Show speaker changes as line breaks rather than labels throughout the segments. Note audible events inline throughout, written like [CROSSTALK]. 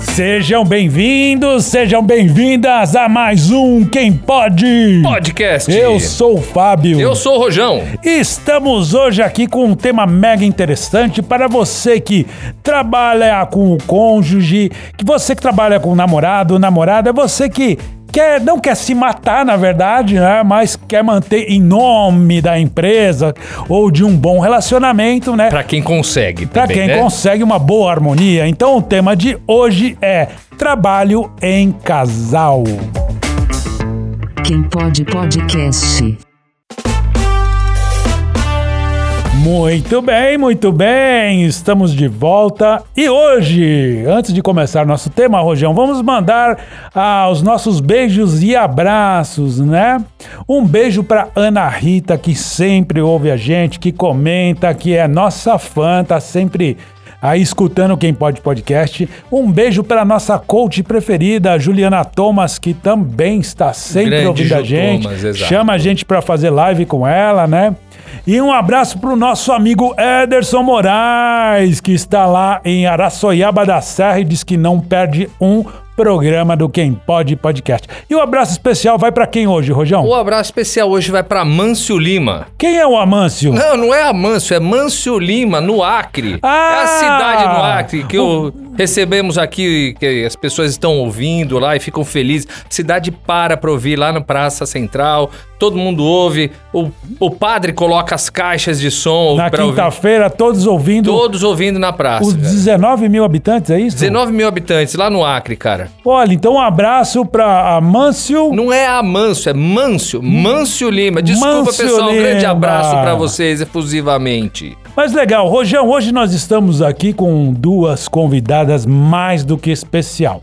Sejam bem-vindos, sejam bem-vindas a mais um Quem Pode
Podcast.
Eu sou o Fábio.
Eu sou o Rojão.
Estamos hoje aqui com um tema mega interessante para você que trabalha com o cônjuge, que você que trabalha com o namorado, namorada, você que quer não quer se matar, na verdade, né, mas quer manter em nome da empresa ou de um bom relacionamento, né?
Pra quem consegue.
Pra
também,
quem
né?
consegue uma boa harmonia. Então o tema de hoje é trabalho em casal.
Quem pode podcast.
Muito bem, muito bem, estamos de volta. E hoje, antes de começar nosso tema, Rojão, vamos mandar ah, os nossos beijos e abraços, né? Um beijo para Ana Rita, que sempre ouve a gente, que comenta, que é nossa fã, tá sempre aí escutando quem pode podcast. Um beijo para nossa coach preferida, Juliana Thomas, que também está sempre
Grande
ouvindo a
Ju
gente.
Thomas, exato.
Chama a gente para fazer live com ela, né? E um abraço pro nosso amigo Ederson Moraes, que está lá em Araçoiaba da Serra e diz que não perde um programa do Quem Pode Podcast. E o abraço especial vai para quem hoje, Rojão?
O abraço especial hoje vai pra Mâncio Lima.
Quem é o Amâncio?
Não, não é Amâncio, é Mâncio Lima, no Acre.
Ah!
é a cidade no Acre que o- recebemos aqui, que as pessoas estão ouvindo lá e ficam felizes. Cidade para pra ouvir lá na Praça Central, todo mundo ouve. O, o padre coloca as caixas de som
Na
pra ouvir.
quinta-feira, todos ouvindo
Todos é. ouvindo na praça.
os
velho.
19 mil habitantes, é isso?
19 mil habitantes lá no Acre, cara.
Olha, então um abraço para Amâncio.
Não é Amâncio, é Mâncio. Mâncio Lima. Desculpa,
Mâncio
pessoal. Um grande
Lima.
abraço pra vocês efusivamente.
Mas legal, Rojão, hoje nós estamos aqui com duas convidadas mais do que especial.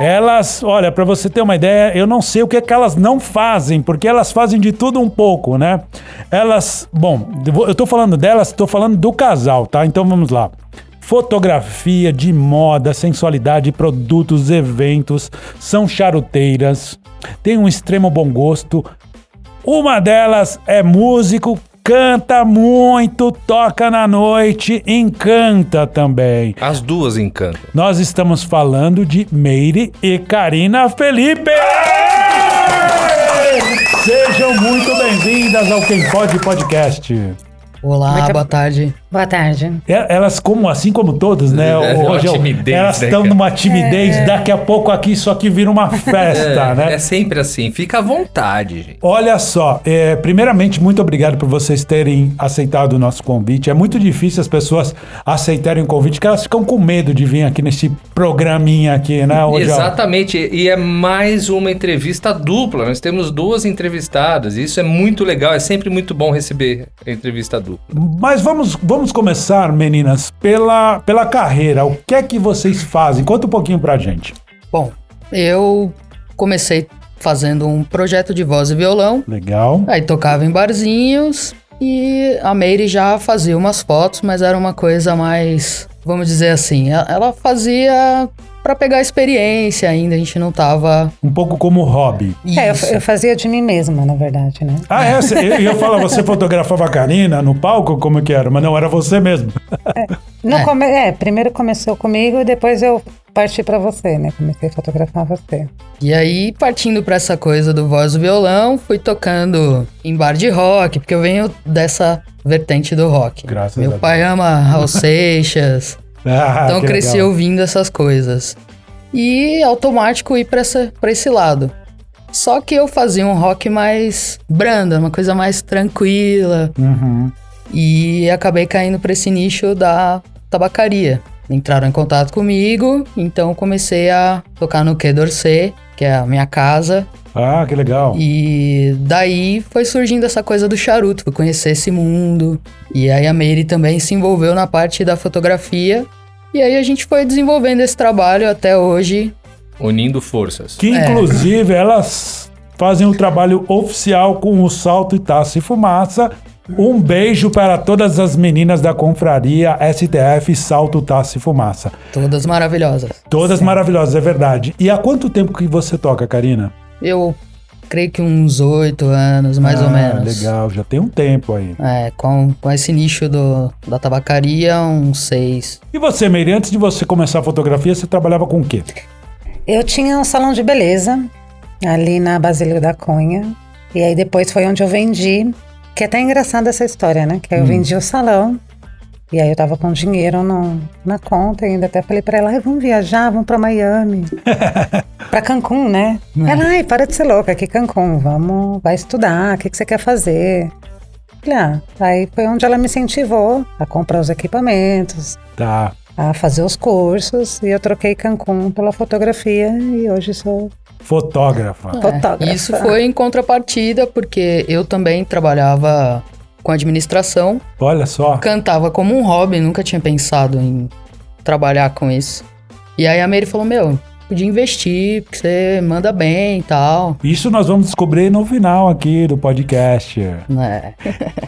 Elas, olha, pra você ter uma ideia, eu não sei o que, é que elas não fazem, porque elas fazem de tudo um pouco, né? Elas, bom, eu vou- eu tô falando delas, tô falando do casal, tá? Então vamos lá. Fotografia de moda, sensualidade, produtos, eventos, são charuteiras, têm um extremo bom gosto, uma delas é músico, canta muito, toca na noite, encanta também.
As duas encantam.
Nós estamos falando de Meire e Karina Felipe. Sejam muito bem-vindas ao Quem Pode Podcast.
Olá,
Muito-
boa tarde.
Boa tarde.
E- Elas, como assim como todas, né?
É,
ô,
uma
Rogel?
timidez,
elas
né,
estão
cara?
numa timidez, daqui a pouco aqui isso aqui vira uma festa, né?
É sempre assim. Fica à vontade, gente.
Olha só, é, primeiramente, muito obrigado por vocês terem aceitado o nosso convite. É muito difícil as pessoas aceitarem o convite, porque elas ficam com medo de vir aqui nesse programinha aqui, né? Hoje, ó.
Exatamente. E é mais uma entrevista dupla. Nós temos duas entrevistadas. E isso é muito legal. É sempre muito bom receber entrevista dupla.
Mas vamos, vamos começar, meninas, pela, pela carreira. O que é que vocês fazem? Conta um pouquinho pra gente.
Bom, eu comecei fazendo um projeto de voz e violão,
Legal.
aí tocava em barzinhos e a Meire já fazia umas fotos, mas era uma coisa mais, vamos dizer assim, e- ela fazia pra pegar experiência ainda, a gente não tava
Um pouco como hobby.
É, eu,
Isso.
eu fazia de mim mesma, na verdade, né?
Ah, é? cê- Eu, eu falo, você fotografava a Karina no palco? Como que era? Mas não, era você mesmo.
No
É.
come- é, primeiro começou comigo e depois eu parti pra você, né? Comecei a fotografar você.
E aí, partindo pra essa coisa do voz e violão, fui tocando em bar de rock, porque eu venho dessa vertente do rock.
Graças a
Meu
Deus.
pai ama Raul Seixas,
Ah,
Então eu
que
cresci
legal.
ouvindo essas coisas. E automático ir pra, essa, pra esse lado. Só que eu fazia um rock mais branda, uma coisa mais tranquila.
Uhum.
E acabei caindo pra esse nicho da tabacaria. Entraram em contato comigo, então comecei a tocar no Quai d'Orsay, que é a minha casa.
Ah, que legal.
E daí foi surgindo essa coisa do charuto, fui conhecer esse mundo. E aí a Meire também se envolveu na parte da fotografia. E aí a gente foi desenvolvendo esse trabalho até hoje.
Unindo forças.
Que
É.
inclusive elas fazem o trabalho oficial com o salto e taça e fumaça. Um beijo para todas as meninas da confraria STF Salto, Taça e Fumaça.
Todas maravilhosas.
Todas maravilhosas, é verdade. E há quanto tempo que você toca, Karina?
Eu creio que uns oito anos, mais ou
Ah,
menos.
Legal, já tem um tempo aí.
É, com, com esse nicho do, da tabacaria, uns seis.
E você, Meire, antes de você começar a fotografia, você trabalhava com o quê?
Eu tinha um salão de beleza ali na Basílio da Cunha. E aí depois foi onde eu vendi. Que é até engraçada essa história, né? Que aí eu vendi o salão. E aí eu tava com dinheiro no- na conta e ainda até falei pra ela, "Ai, vamos viajar, vamos pra Miami. pra Cancún, né? Ela, ai, para de ser louca, que Cancún, vamos, vai estudar, o que, que você quer fazer? Falei, ah, aí foi onde ela me incentivou a comprar os equipamentos,
Tá.
a fazer os cursos e eu troquei Cancún pela fotografia e hoje sou
Fotógrafa.
fotógrafa.
É, Isso foi em contrapartida, porque eu também trabalhava com administração,
Olha só.
cantava como um hobby, nunca tinha pensado em trabalhar com isso. E aí a Mary falou: Meu, podia investir, porque você manda bem e tal.
Isso nós vamos descobrir no final aqui do podcast.
Né?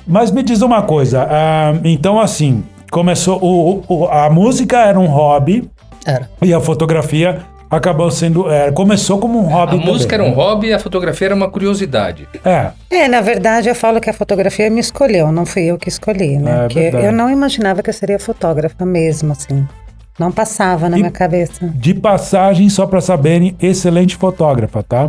Mas me diz uma coisa. ah, então, assim, começou. o- o- o- a música era um hobby [LAUGHS]
Era.
e a fotografia acabou sendo. é, começou como um hobby.
A música era um
também,
hobby e a fotografia era uma curiosidade.
né?
É, na verdade eu falo que a fotografia me escolheu, não fui eu que escolhi, né?
É,
Porque
verdade.
eu não imaginava que eu seria fotógrafa mesmo, assim. Não passava na
E-
minha cabeça.
É. De passagem, só pra saberem, excelente fotógrafa, tá?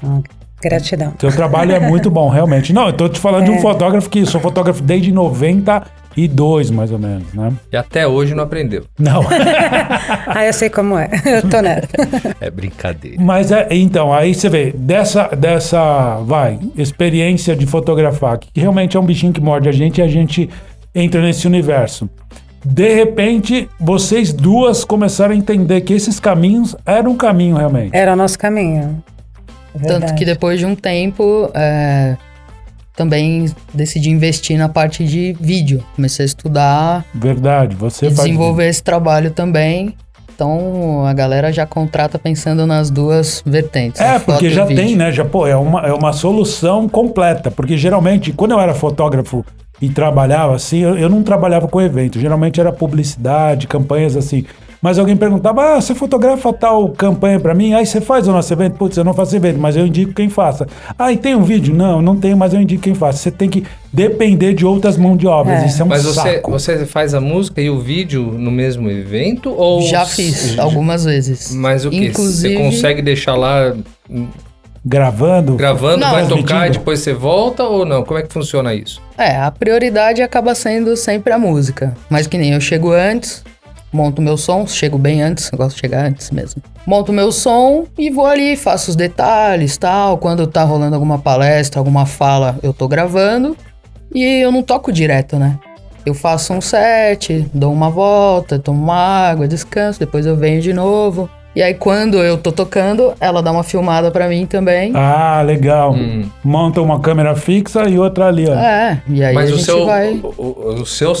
Ah, Gratidão.
Seu trabalho é muito bom, realmente. Não, eu tô te falando de um fotógrafo que sou fotógrafo desde 92, mais ou menos, né?
E até hoje não aprendeu.
Não.
[LAUGHS] Ah, eu sei como é. [LAUGHS] Eu tô nessa.
É brincadeira.
Mas é, então, aí você vê, dessa, dessa, vai, experiência de fotografar, que realmente é um bichinho que morde a gente e a gente entra nesse universo. De repente, vocês duas começaram a entender que esses caminhos eram um caminho realmente.
Era o nosso caminho. É
Tanto que
verdade.
depois de um tempo, é, também decidi investir na parte de vídeo. Comecei a estudar
Verdade, você
e
faz.
desenvolver esse trabalho também. Então a galera já contrata pensando nas duas vertentes.
É,
né? Foto
porque
e
já
vídeo.
tem, né? Já, pô, é uma, é uma solução completa. Porque geralmente, quando eu era fotógrafo e trabalhava assim, eu, eu não trabalhava com evento. Geralmente era publicidade, campanhas assim. Mas alguém perguntava, ah, você fotografa tal campanha pra mim? Aí você faz o nosso evento? Putz, eu não faço evento, mas eu indico quem faça. Ah, e tem um vídeo? Não, não tenho, mas eu indico quem faça. Você tem que depender de outras mãos de obras.
É.
Isso é um
Mas você,
saco.
você faz a música e o vídeo no mesmo evento? Ou
Já fiz algumas vezes.
Mas o que?
Inclusive,
Você consegue deixar lá
Gravando?
gravando,
Não.
vai tocar e
Transmitindo.
depois você volta ou não? Como é que funciona isso?
É, a prioridade acaba sendo sempre a música. Mas que nem eu chego antes, monto meu som, chego bem antes, eu gosto de chegar antes mesmo. Monto meu som e vou ali, faço os detalhes, tal. Quando tá rolando alguma palestra, alguma fala, eu tô gravando. E eu não toco direto, né? Eu faço um set, dou uma volta, tomo uma água, descanso, depois eu venho de novo. E aí quando eu tô tocando, ela dá uma filmada pra mim também.
Ah, legal.
Hum.
Monta uma câmera fixa e outra ali, ó.
É, e aí
Ah. Mas
a
o
gente
seu,
vai...
o, o- o seu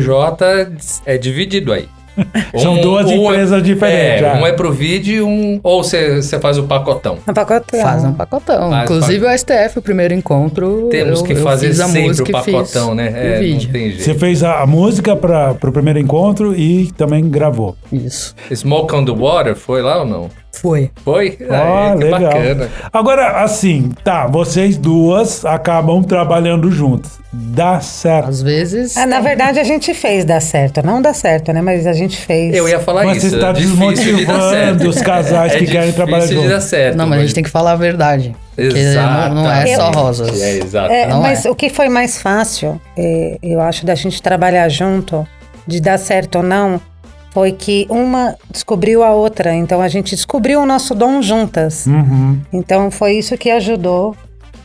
CNPJ é dividido aí.
[LAUGHS] São duas
é-
empresas diferentes, já.
É, um é pro vídeo e um. Ou você você faz o pacotão.
Um pacotão.
Faz um pacotão.
Faz
Inclusive o STF, o primeiro encontro.
Temos
eu-
que
eu
fazer
fiz a
sempre
música
o
e fiz
pacotão, né?
o
É, não
vídeo.
tem
Você
jeito.
fez a, a música para o primeiro encontro e também gravou.
Isso.
Smoke on the Water foi lá ou não?
Foi.
Foi?
Ah,
Aí, que
legal.
bacana.
Agora, assim, tá, vocês duas acabam trabalhando juntas. Dá certo.
Às vezes.
né?
Ah, na verdade, a gente fez dar certo. Não dá certo, né? Mas a gente fez.
Eu ia falar
Mas
isso.
você está
é difícil de dar certo.
desmotivando os casais
É
que querem trabalhar
difícil de dar
juntos.
certo.
não, mas a gente tem que falar a verdade. Porque não, não é só
Exatamente.
rosas.
É, exato.
É,
Não
mas
é.
o que foi mais fácil, é, eu acho, da gente trabalhar junto, de dar certo ou não, foi que uma descobriu a outra. Então a gente descobriu o nosso dom juntas.
Uhum.
Então foi isso que ajudou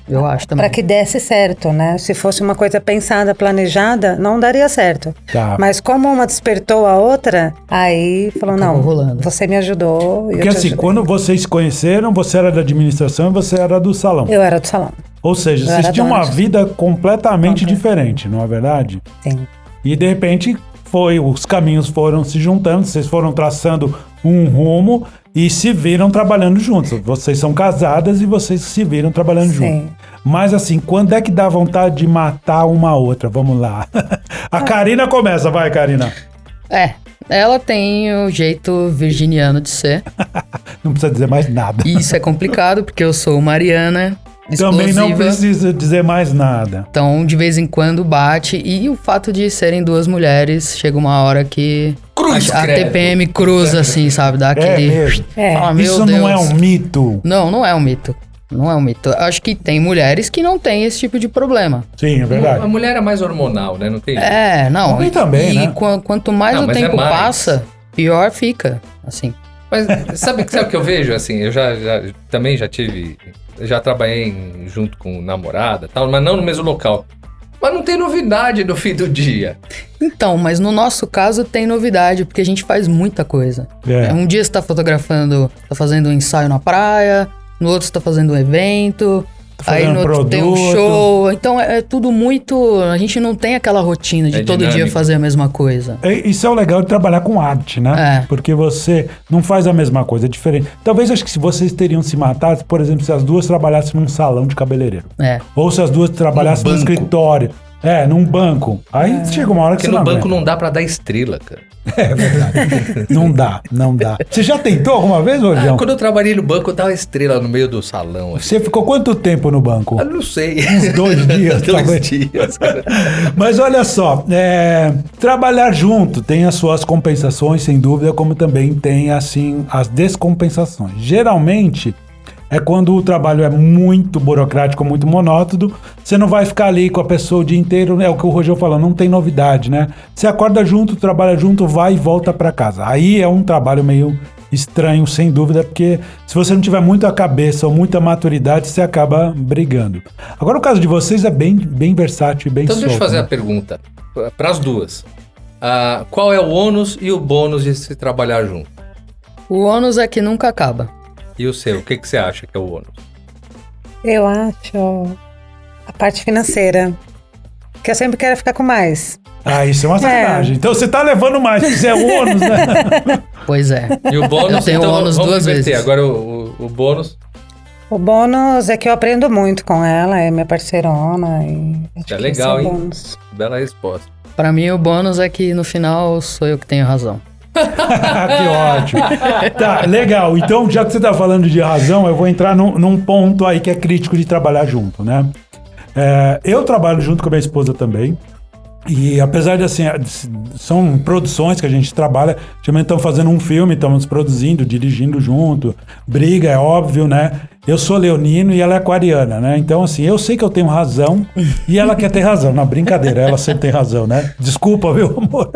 Eu acho também.
para que desse certo, né? Se fosse uma coisa pensada, planejada, não daria certo.
Tá.
Mas como uma despertou a outra, aí falou:
Acabou
não,
rolando."
você me ajudou. eu
Porque
te
assim,
ajudei."
quando vocês se conheceram, você era da administração e você era do salão.
Eu era do salão.
Ou seja,
eu
vocês
era
tinham uma
dona.
vida completamente diferente, não é verdade?
Sim.
E de repente foi, os caminhos foram se juntando, vocês foram traçando um rumo e se viram trabalhando juntos. Vocês são casadas e vocês se viram trabalhando
Sim.
juntos. Mas assim, quando é que dá vontade de matar uma a outra? Vamos lá. [LAUGHS] A Karina começa, vai, Karina.
É. Ela tem o jeito virginiano de ser.
Não precisa dizer mais nada.
E isso é complicado, porque eu sou Mariana.
Também não
explosiva.
precisa dizer mais nada.
Então, de vez em quando bate. E o fato de serem duas mulheres, chega uma hora que
Cruz,
a, a
credo. É.
TPM cruza, assim, sabe? Dá aquele.
mesmo.
É.
Fala, "Meu
Isso não é
Deus."
um mito.
Não, não é um mito. Não é um mito. Acho que tem mulheres que não têm esse tipo de problema.
Sim, é
A
verdade.
mulher é mais hormonal, né? Não tem.
É, não.
Homem
e-
também,
e
né?
qua- quanto mais
Não,
o
mas é
tempo
mais.
passa, pior fica. Assim.
Mas sabe, sabe o que eu vejo? Assim, eu já, já- também já tive. eu Já trabalhei em- junto com namorada e tal, mas não no mesmo local. Mas não tem novidade no fim do dia.
Então, mas no nosso caso tem novidade, porque a gente faz muita coisa.
É.
Um dia você tá fotografando, tá fazendo um ensaio na praia, no outro você tá fazendo um evento,
Tá
aí
fazendo
no outro tem um
produto.
show. Então é, é tudo muito. A gente não tem aquela rotina de
É
todo dia
dinâmico.
fazer a mesma coisa.
E- Isso é o legal de trabalhar com arte, né?
É.
Porque você não faz a mesma coisa, é diferente. Talvez acho que se vocês teriam se matado, por exemplo, se as duas trabalhassem num salão de cabeleireiro.
É.
Ou se as duas trabalhassem no
banco.
escritório. É, num banco. Aí chega uma hora que
Porque
você
no
não
banco
aguenta.
não dá pra dar estrela, cara.
não... dá, não dá. Você já tentou alguma vez, Rojão?
Ah, É, Quando eu trabalhei no banco, eu dava estrela no meio do salão. Assim.
Você ficou quanto tempo no banco?
Eu não sei. [LAUGHS]
dois dias,
Dois
talvez.
dias.
Mas olha só, é, trabalhar junto tem as suas compensações, sem dúvida, como também tem assim as descompensações. Geralmente é quando o trabalho é muito burocrático, muito monótono, você não vai ficar ali com a pessoa o dia inteiro, é o que o Rogério falou, não tem novidade, né? Você acorda junto, trabalha junto, vai e volta pra casa. Aí é um trabalho meio estranho, sem dúvida, porque se você não tiver muito a cabeça ou muita maturidade, você acaba brigando. Agora o caso de vocês é bem, bem versátil e bem
Então deixa eu
solto,
fazer
né?
a pergunta para as duas. Ah, qual é o ônus e o bônus de se trabalhar junto?
O ônus é que nunca acaba.
E o seu, o que, que você acha que é o ônus?
Eu acho a parte financeira. Que eu sempre quero ficar com mais.
Ah, isso é uma sacanagem. Então você tá levando mais, porque você é o ônus,
[LAUGHS]
né?
Pois é.
E
[LAUGHS]
o bônus,
Eu tenho
então,
ônus
vamos
duas
inverter.
vezes.
Agora o, o- o bônus,
O bônus é que eu aprendo muito com ela, é minha parceirona. E acho
Tá
que
legal,
esse é o
hein?
bônus.
bela resposta.
Pra mim, o bônus é que no final sou eu que tenho razão.
Ah, que ótimo. Tá, legal. Então, já que você tá falando de razão, eu vou entrar num, num ponto aí que é crítico de trabalhar junto, né? É, eu trabalho junto com a minha esposa também. E apesar de assim, a- de s- são produções que a gente trabalha, também estamos fazendo um filme, estamos produzindo, dirigindo junto, briga, é óbvio, né? Eu sou leonino e ela é aquariana, né? Então, assim, eu sei que eu tenho razão e ela quer ter razão. Na brincadeira, ela sempre tem razão, né? Desculpa, meu amor.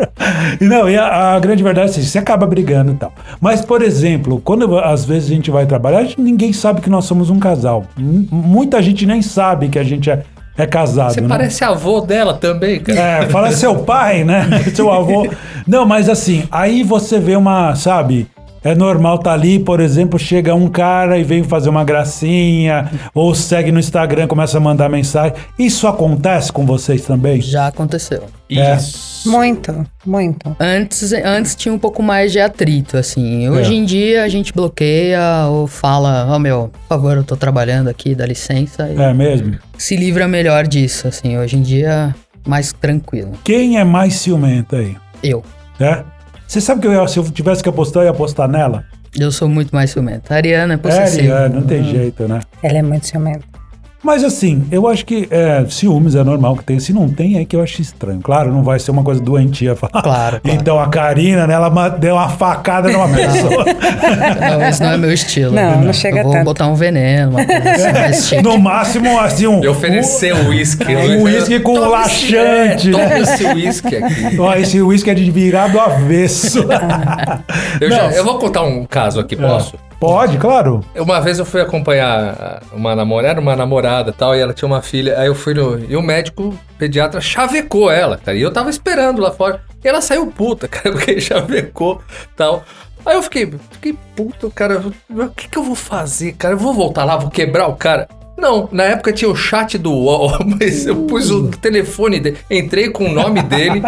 E não, e a, a grande verdade é assim, você acaba brigando e tal. Mas, por exemplo, quando às vezes a gente vai trabalhar, a gente- ninguém sabe que nós somos um casal. M- muita gente nem sabe que a gente é, é casado,
Você
né?
parece avô dela também, cara.
É, fala seu pai, né? [LAUGHS] Seu avô. Não, mas assim, aí você vê uma, sabe? É normal tá ali, por exemplo, chega um cara e vem fazer uma gracinha, ou segue no Instagram, começa a mandar mensagem. Isso acontece com vocês também?
Já aconteceu.
É.
Isso.
Muito, muito.
Antes, antes tinha um pouco mais de atrito, assim. Hoje
É.
em dia a gente bloqueia ou fala, ó meu, por favor, eu tô trabalhando aqui, dá licença. E
É mesmo?
Se livra melhor disso, assim. Hoje em dia, mais tranquilo.
Quem é mais ciumenta aí?
Eu.
É? Você sabe que eu, ia- se eu tivesse que apostar, eu ia apostar nela?
Eu sou muito mais ciumento. A Ariana é
É,
possessiva.
é, não tem jeito, né?
Ela é muito ciumenta.
Mas assim, eu acho que é, ciúmes é normal que tenha. Se não tem, é que eu acho estranho. Claro, não vai ser uma coisa doentia [LAUGHS] falar.
Claro, claro.
Então a Karina, né, ela ma- deu uma facada numa
[LAUGHS]
pessoa.
Não, isso não é meu estilo.
Não, não chega
Eu vou
tanto.
botar um veneno, uma coisa assim, mais
[LAUGHS]
chique.
no máximo, assim, um.
E ofereceu o uísque. né?
Um uísque com
Toma esse- é,
laxante,
Toma
né?
esse uísque aqui.
Ó, esse uísque é de virar do
[LAUGHS]
avesso.
Eu, já-
Não. Ah.
eu vou contar um caso aqui, posso?
Pode, claro.
Uma vez eu fui acompanhar uma namorada, uma namorada e tal, e ela tinha uma filha. Aí eu fui no. E o médico pediatra chavecou ela, cara. E eu tava esperando lá fora. E ela saiu puta, [LAUGHS] cara, porque chavecou tal. Aí eu fiquei, fiquei puto, cara. O que, que eu vou fazer, cara? Eu vou voltar lá, vou quebrar o cara. Não, na época tinha o [LAUGHS] chat do UOL, mas eu pus o telefone dele. Entrei com o nome dele.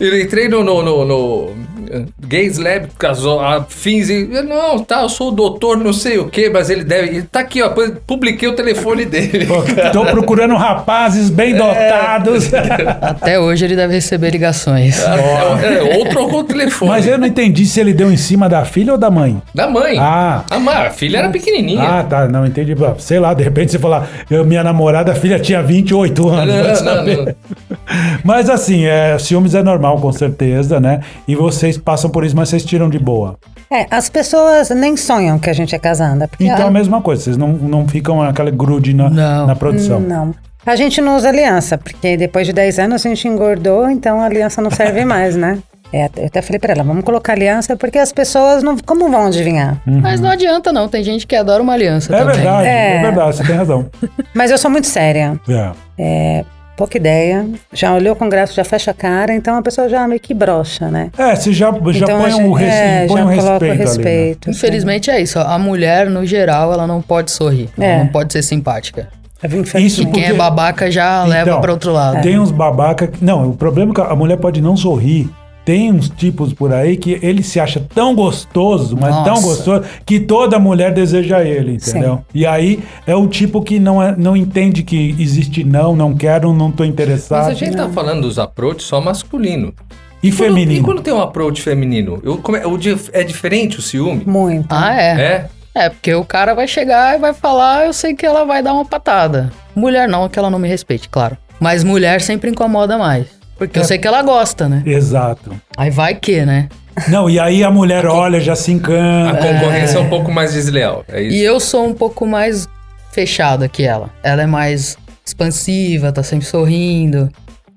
eu entrei no, no, no, no- Gays Lab casou, a fins e. Não, tá, eu sou o doutor, não sei o quê, mas ele deve. Ele tá aqui, ó. Publiquei o telefone
[LAUGHS]
dele.
Tô procurando rapazes bem dotados.
Até hoje ele deve receber ligações.
É, é, ou trocou o
[LAUGHS]
telefone.
Mas eu não entendi se ele deu em cima da filha ou da mãe.
Da mãe.
Ah.
A, mãe, a filha era pequenininha.
Ah, tá, não entendi. Bom, Sei lá, de repente você falar, eu, minha namorada, a filha tinha 28 anos.
Não,
vai
não,
saber.
não.
[LAUGHS] Mas assim, é, ciúmes é normal, com certeza, né? E vocês passam por isso, mas vocês tiram de boa.
É, as pessoas nem sonham que a gente é casada. Porque
Então é a
a-
mesma coisa, vocês não, não ficam naquela grude na,
Não.
na produção.
Não. A gente não usa aliança, porque depois de 10 anos a gente engordou, então a aliança não
[LAUGHS]
serve mais, né? É, eu até falei pra ela, vamos colocar aliança, porque as pessoas não. Como vão adivinhar?
Hum.
Mas não adianta, não. Tem gente que adora uma aliança
Uhum. É
também.
verdade, é.
É.
verdade, você tem razão.
Mas eu sou muito séria.
É.
É, pouca ideia. Já olhou com graça, já fecha a cara, então a pessoa já meio que brocha, né?
É, você já, já
então,
põe,
a
um,
gente-
res-
é,
põe
já
um
coloca o
respeito, ali. né?
respeito. assim.
Infelizmente é isso. A mulher, no geral, ela não pode sorrir.
É.
Ela não pode ser simpática.
Isso
E
porque-
quem é babaca já leva
Então,
pra outro lado.
Tem uns babaca. que- Não, o problema é que a mulher pode não sorrir. Tem uns tipos por aí que ele se acha tão gostoso, mas tão
Nossa.
gostoso, que toda mulher deseja ele, entendeu? E aí é o tipo que não, é- não entende que existe não, não quero, não tô
Mas a
interessado.
gente tá falando dos approaches só masculino.
E
Quando- E
feminino.
quando tem um approach feminino? Eu- como é, o di- é diferente o ciúme?
Muito.
Ah, é. é.
É?
porque o cara vai chegar e vai falar, eu sei que ela vai dar uma patada. Mulher não, que ela não me respeite, claro. Mas mulher sempre incomoda mais. Porque eu
É.
sei que ela gosta, né?
Exato.
Aí vai que, né?
Não, e aí a mulher olha, já se
A
encanta.
concorrência é um pouco mais desleal. É isso.
E eu sou um pouco mais fechada que ela. Ela é mais expansiva, tá sempre sorrindo.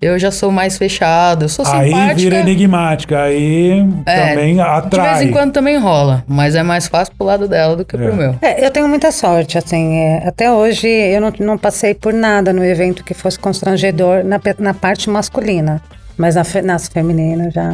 Eu já sou mais fechado, eu sou
Aí
é simpática.
vira enigmática, aí
É,
também atrai.
De vez em quando também rola, mas é mais fácil pro lado dela do que
É.
pro meu.
É, eu tenho muita sorte, assim, é, até hoje eu não, não passei por nada no evento que fosse constrangedor na, pe- na parte masculina, mas na fe- nas femininas já...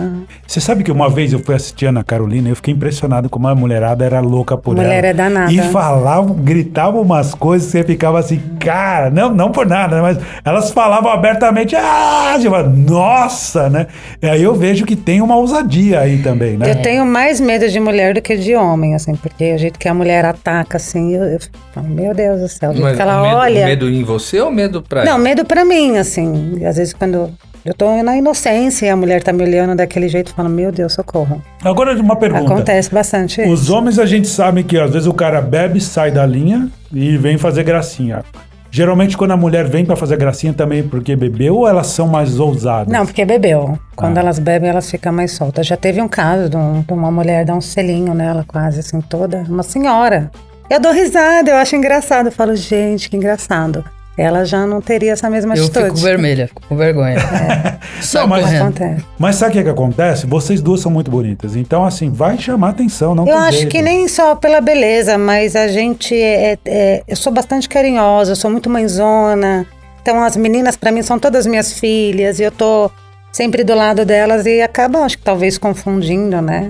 Você sabe que uma vez eu fui assistir a Ana Carolina e eu fiquei impressionado como a mulherada era louca por
Mulher
ela.
é danada.
E falavam, gritavam umas coisas que você ficava assim, cara, não, não por nada, né, mas elas falavam abertamente, ah, tipo, nossa, né? E aí eu vejo que tem uma ousadia aí também, né?
Eu tenho mais medo de mulher do que de homem, assim, porque o jeito que a mulher ataca, assim, eu, eu falo, meu Deus do céu, o jeito
Mas
que ela
o medo,
olha...
Medo em você ou medo pra
É.
Não, medo pra mim, assim, às vezes quando... Eu tô na inocência e a mulher tá me olhando daquele jeito e fala, meu Deus, socorro.
Agora uma pergunta.
Acontece bastante isso.
Os homens a gente sabe que às vezes o cara bebe, sai da linha e vem fazer gracinha. Geralmente quando a mulher vem pra fazer gracinha também é porque bebeu ou elas são mais ousadas?
Não, porque bebeu.
Ah.
Quando elas bebem, elas ficam mais soltas. Já teve um caso de, um- de uma mulher dar um selinho nela, quase assim, toda. Uma senhora. Eu dou risada, eu acho engraçado. Eu falo, gente, que engraçado. Ela já não teria essa mesma
eu
atitude.
fico vermelha, fico com vergonha. [LAUGHS] Só
Não, É, mas-
correndo.
É. Acontece.
Mas sabe o que, que acontece? Vocês duas são muito bonitas. Então, assim, vai chamar atenção, não
Eu
tem
acho
jeito.
que nem só pela beleza, mas a gente é, é- é- eu sou bastante carinhosa, eu sou muito mãezona. Então as meninas pra mim são todas minhas filhas e eu tô sempre do lado delas e acabam acho que talvez confundindo, né?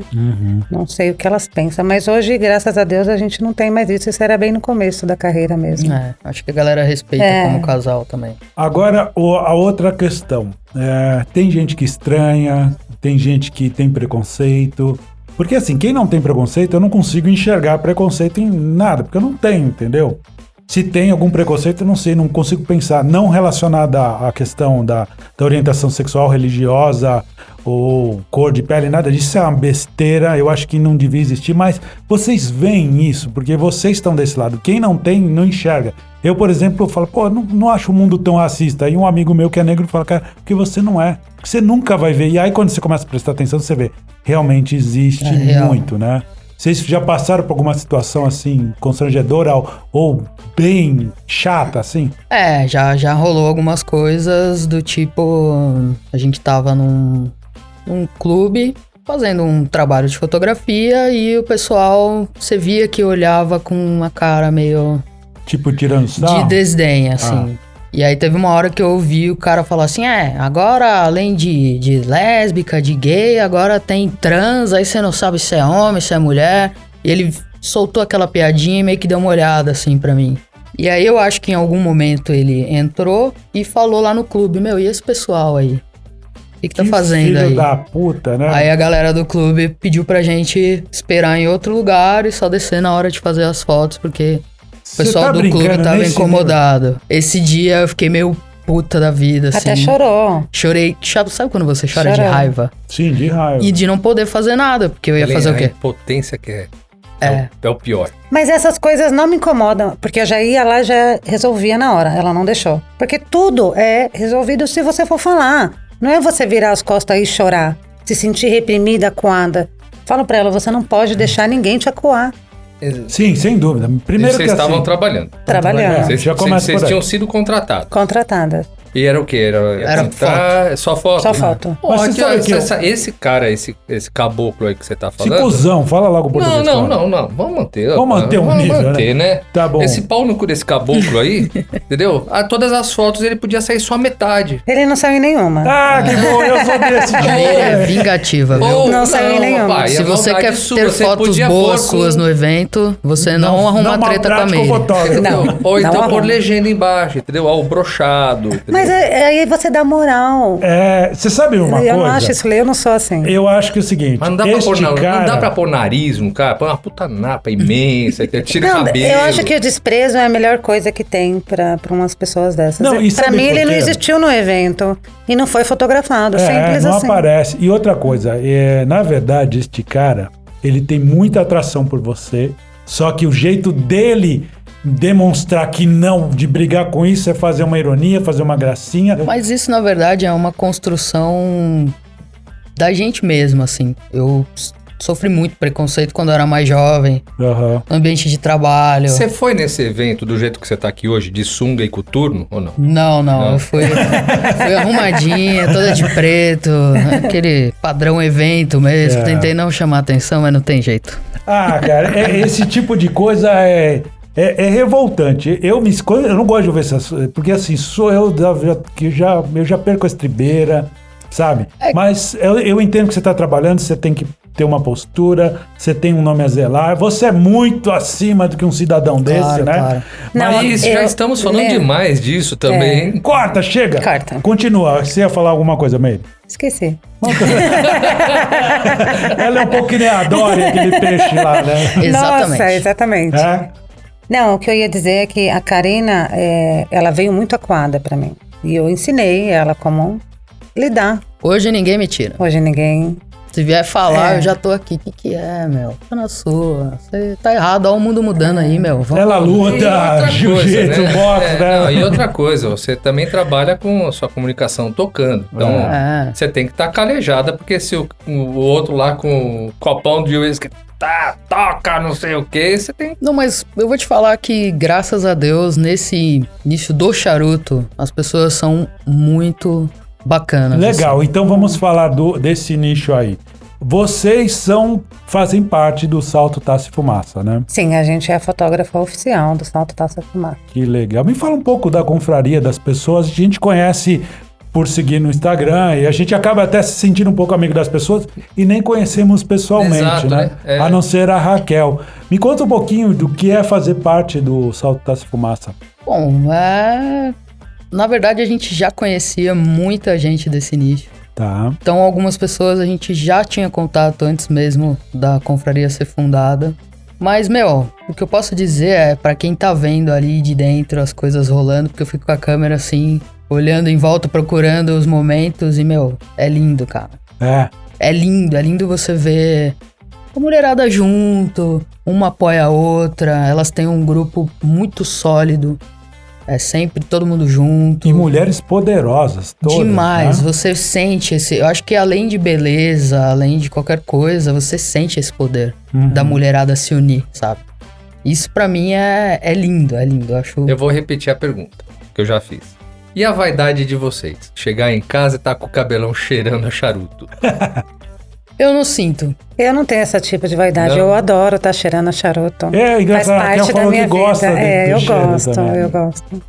Não sei o que elas pensam, mas hoje, graças a Deus, a gente não tem mais isso. Isso era bem no começo da carreira mesmo.
É, acho que a galera respeita
É.
como casal também.
Agora, o- a outra questão. É, tem gente que estranha, tem gente que tem preconceito. Porque, assim, quem não tem preconceito, eu não consigo enxergar preconceito em nada, porque eu não tenho, entendeu? Se tem algum preconceito, eu não sei, não consigo pensar. Não relacionado à à questão da, da orientação sexual, religiosa ou cor de pele, nada disso é uma besteira. Eu acho que não devia existir, mas vocês veem isso, porque vocês estão desse lado. Quem não tem, não enxerga. Eu, por exemplo, falo, pô, não, não acho o mundo tão racista. E um amigo meu que é negro fala, cara, porque você não é. Porque você nunca vai ver. E aí, quando você começa a prestar atenção, você vê, realmente existe
É real.
muito, né? Vocês já passaram por alguma situação assim, constrangedora ou, ou bem chata, assim?
É, já, já rolou algumas coisas do tipo. A gente tava num, num clube fazendo um trabalho de fotografia e o pessoal, você via que olhava com uma cara meio
Tipo, tirando sarro?
de desdém,
Ah.
assim. E aí teve uma hora que eu ouvi o cara falar assim: é, agora além de, de lésbica, de gay, agora tem trans, aí você não sabe se é homem, se é mulher. E ele soltou aquela piadinha e meio que deu uma olhada assim pra mim. E aí eu acho que em algum momento ele entrou e falou lá no clube: meu, e esse pessoal aí? O que, que tá fazendo
filho
aí?
da puta, né?
Aí a galera do clube pediu pra gente esperar em outro lugar e só descer na hora de fazer as fotos, porque o
Cê
pessoal
tá
do
brincando
clube tava
nesse
incomodado. Esse dia eu fiquei meio puta da vida, assim.
Até chorou.
Chorei. Sabe sabe quando você chora de
Chorou.
raiva?
nível? Sim, de raiva.
E de não poder fazer nada, porque eu ia fazer o
é A
quê?
impotência que é.
É.
o- É o pior.
Mas essas coisas não me incomodam, porque eu já ia lá e já resolvia na hora. Ela não deixou. Porque tudo é resolvido se você for falar. Não é você virar as costas e chorar, se sentir reprimida, coada. Falo pra ela, você não pode deixar ninguém te acuar.
Tá Sim, sem dúvida.
E
Primeiro
vocês
que assim,
estavam trabalhando.
É,
Trabalhando.
Vocês,
já
vocês,
começa
vocês
por aí.
tinham sido contratados.
Contratada.
E era o quê? Era,
Era
foto. só foto?
né?
Só foto.
Mas você
Olha,
sabe que eu-
essa- esse cara, esse, esse caboclo aí que você tá
esse
falando.
cuzão, fala logo o
Não,
português. fala.
não, não, não. Vamos manter. ó,
Vamos manter o
Vamos
nível,
manter, né?
Tá bom.
Esse pau no cu desse
[LAUGHS]
caboclo aí, entendeu? Ah, todas as fotos ele podia sair só a metade.
Ele não saiu em nenhuma.
Ah, que bom, eu sou
[LAUGHS]
desse.
A Meire é vingativa, viu?
Ou
Não saiu nenhuma.
papai,
Se
é
você
vontade
quer
sua,
ter
você
fotos
podia
boas
pôr com-
suas no evento, você não, arruma treta com a
maltrate
Meire.
fotógrafo.
Não.
Ou então
Não.
pôr legenda embaixo, entendeu? Ó, o brochado. entendeu?
Mas é- aí você dá moral.
É, você sabe uma coisa?
eu não acho isso, eu não sou assim.
Eu acho que é o seguinte,
Mas não dá, pra
este
pôr, na-
cara...
não dá pra pôr nariz no cara, põe uma puta napa imensa, entendeu? tira o
Não,
cabelo.
eu acho que o desprezo é a melhor coisa que tem pra pra umas pessoas dessas.
Não, e
pra
sabe
mim,
por
ele não
quê?
existiu no evento. E não foi fotografado.
É,
Simples
não
assim.
aparece. E outra coisa, é, na verdade, este cara, ele tem muita atração por você, só que o jeito dele demonstrar que não, de brigar com isso, é fazer uma ironia, fazer uma gracinha.
Mas isso, na verdade, é uma construção da gente mesmo, assim. Eu s- sofri muito preconceito quando eu era mais jovem,
Aham.
no ambiente de trabalho.
Você foi nesse evento do jeito que você tá aqui hoje, de sunga e coturno, ou não?
Não, não,
Não.
eu fui, fui arrumadinha, toda de preto, aquele padrão evento mesmo.
É.
Tentei não chamar atenção, mas não tem jeito.
Ah, cara, é- esse tipo de coisa é, é, é revoltante. Eu me escondo, eu não gosto de ouvir essas porque assim, sou eu da- já- que já, eu já perco a estribeira, sabe?
É
Mas eu, eu entendo que você está trabalhando, você tem que ter uma postura, você tem um nome a zelar, você é muito acima do que um cidadão desse,
Claro,
né?
claro.
Não,
Mas É isso, já
eu- é.
estamos falando
Lembra?
demais disso também, hein?
Corta, chega!
Corta.
Continua, você ia falar alguma coisa, Meire?
[LAUGHS]
Esqueci.
Ela é um pouco que nem a Dory, aquele peixe lá, né?
Exatamente.
Nossa, exatamente.
É?
Não, o que eu ia dizer é que a Karina, é, ela veio muito acuada pra mim. E eu ensinei ela como lidar.
Hoje ninguém me tira.
Hoje ninguém...
Se vier falar,
É.
eu já tô aqui. O que, que é, meu? Tá na sua. Você tá errado, ó, o mundo mudando aí, meu. Vamos-
Ela
E outra
luta,
coisa,
jiu-jitsu,
né?
boxe,
É,
né?
não, e outra coisa, você também trabalha com a sua comunicação tocando. Então,
É.
você tem que estar calejada, porque se o, o outro lá com o copão de uísque tá, toca, não sei o quê, você tem.
Não, mas eu vou te falar que, graças a Deus, nesse nicho do charuto, as pessoas são muito bacanas. assim.
Legal, então vamos falar do- desse nicho aí. Vocês são, fazem parte do Salto Taça e Fumaça, né?
Sim, a gente é a fotógrafa oficial do Salto Taça Fumaça.
Que legal. Me fala um pouco da confraria das pessoas. A gente conhece por seguir no Instagram e a gente acaba até se sentindo um pouco amigo das pessoas e nem conhecemos pessoalmente,
Exato,
né?
né? É.
A não ser a Raquel. Me conta um pouquinho do que é fazer parte do Salto Taça e Fumaça.
Bom, é... na verdade a gente já conhecia muita gente desse nicho.
Tá.
Então, algumas pessoas a gente já tinha contato antes mesmo da confraria ser fundada. Mas, meu, o que eu posso dizer é, pra quem tá vendo ali de dentro as coisas rolando, porque eu fico com a câmera assim, olhando em volta, procurando os momentos, e, meu, é lindo, cara.
É.
É lindo, é lindo você ver a mulherada junto, uma apoia a outra, elas têm um grupo muito sólido, é sempre todo mundo junto.
E mulheres poderosas, todas.
Demais,
né?
você sente esse. Eu acho que além de beleza, além de qualquer coisa, você sente esse poder
Uhum.
da mulherada se unir, sabe? Isso pra mim é, é lindo, é lindo. Eu acho.
Eu vou repetir a pergunta que eu já fiz. E a vaidade de vocês? Chegar em casa e tá com o cabelão cheirando a charuto.
Eu não sinto.
Eu não tenho esse tipo de vaidade.
Não?
Eu adoro estar cheirando a charuto.
É,
Faz
engraçado, a Raquel
parte da
falou
minha
que gosta
vida.
de-
é,
do
eu
cheiro
gosto,
também.
eu gosto.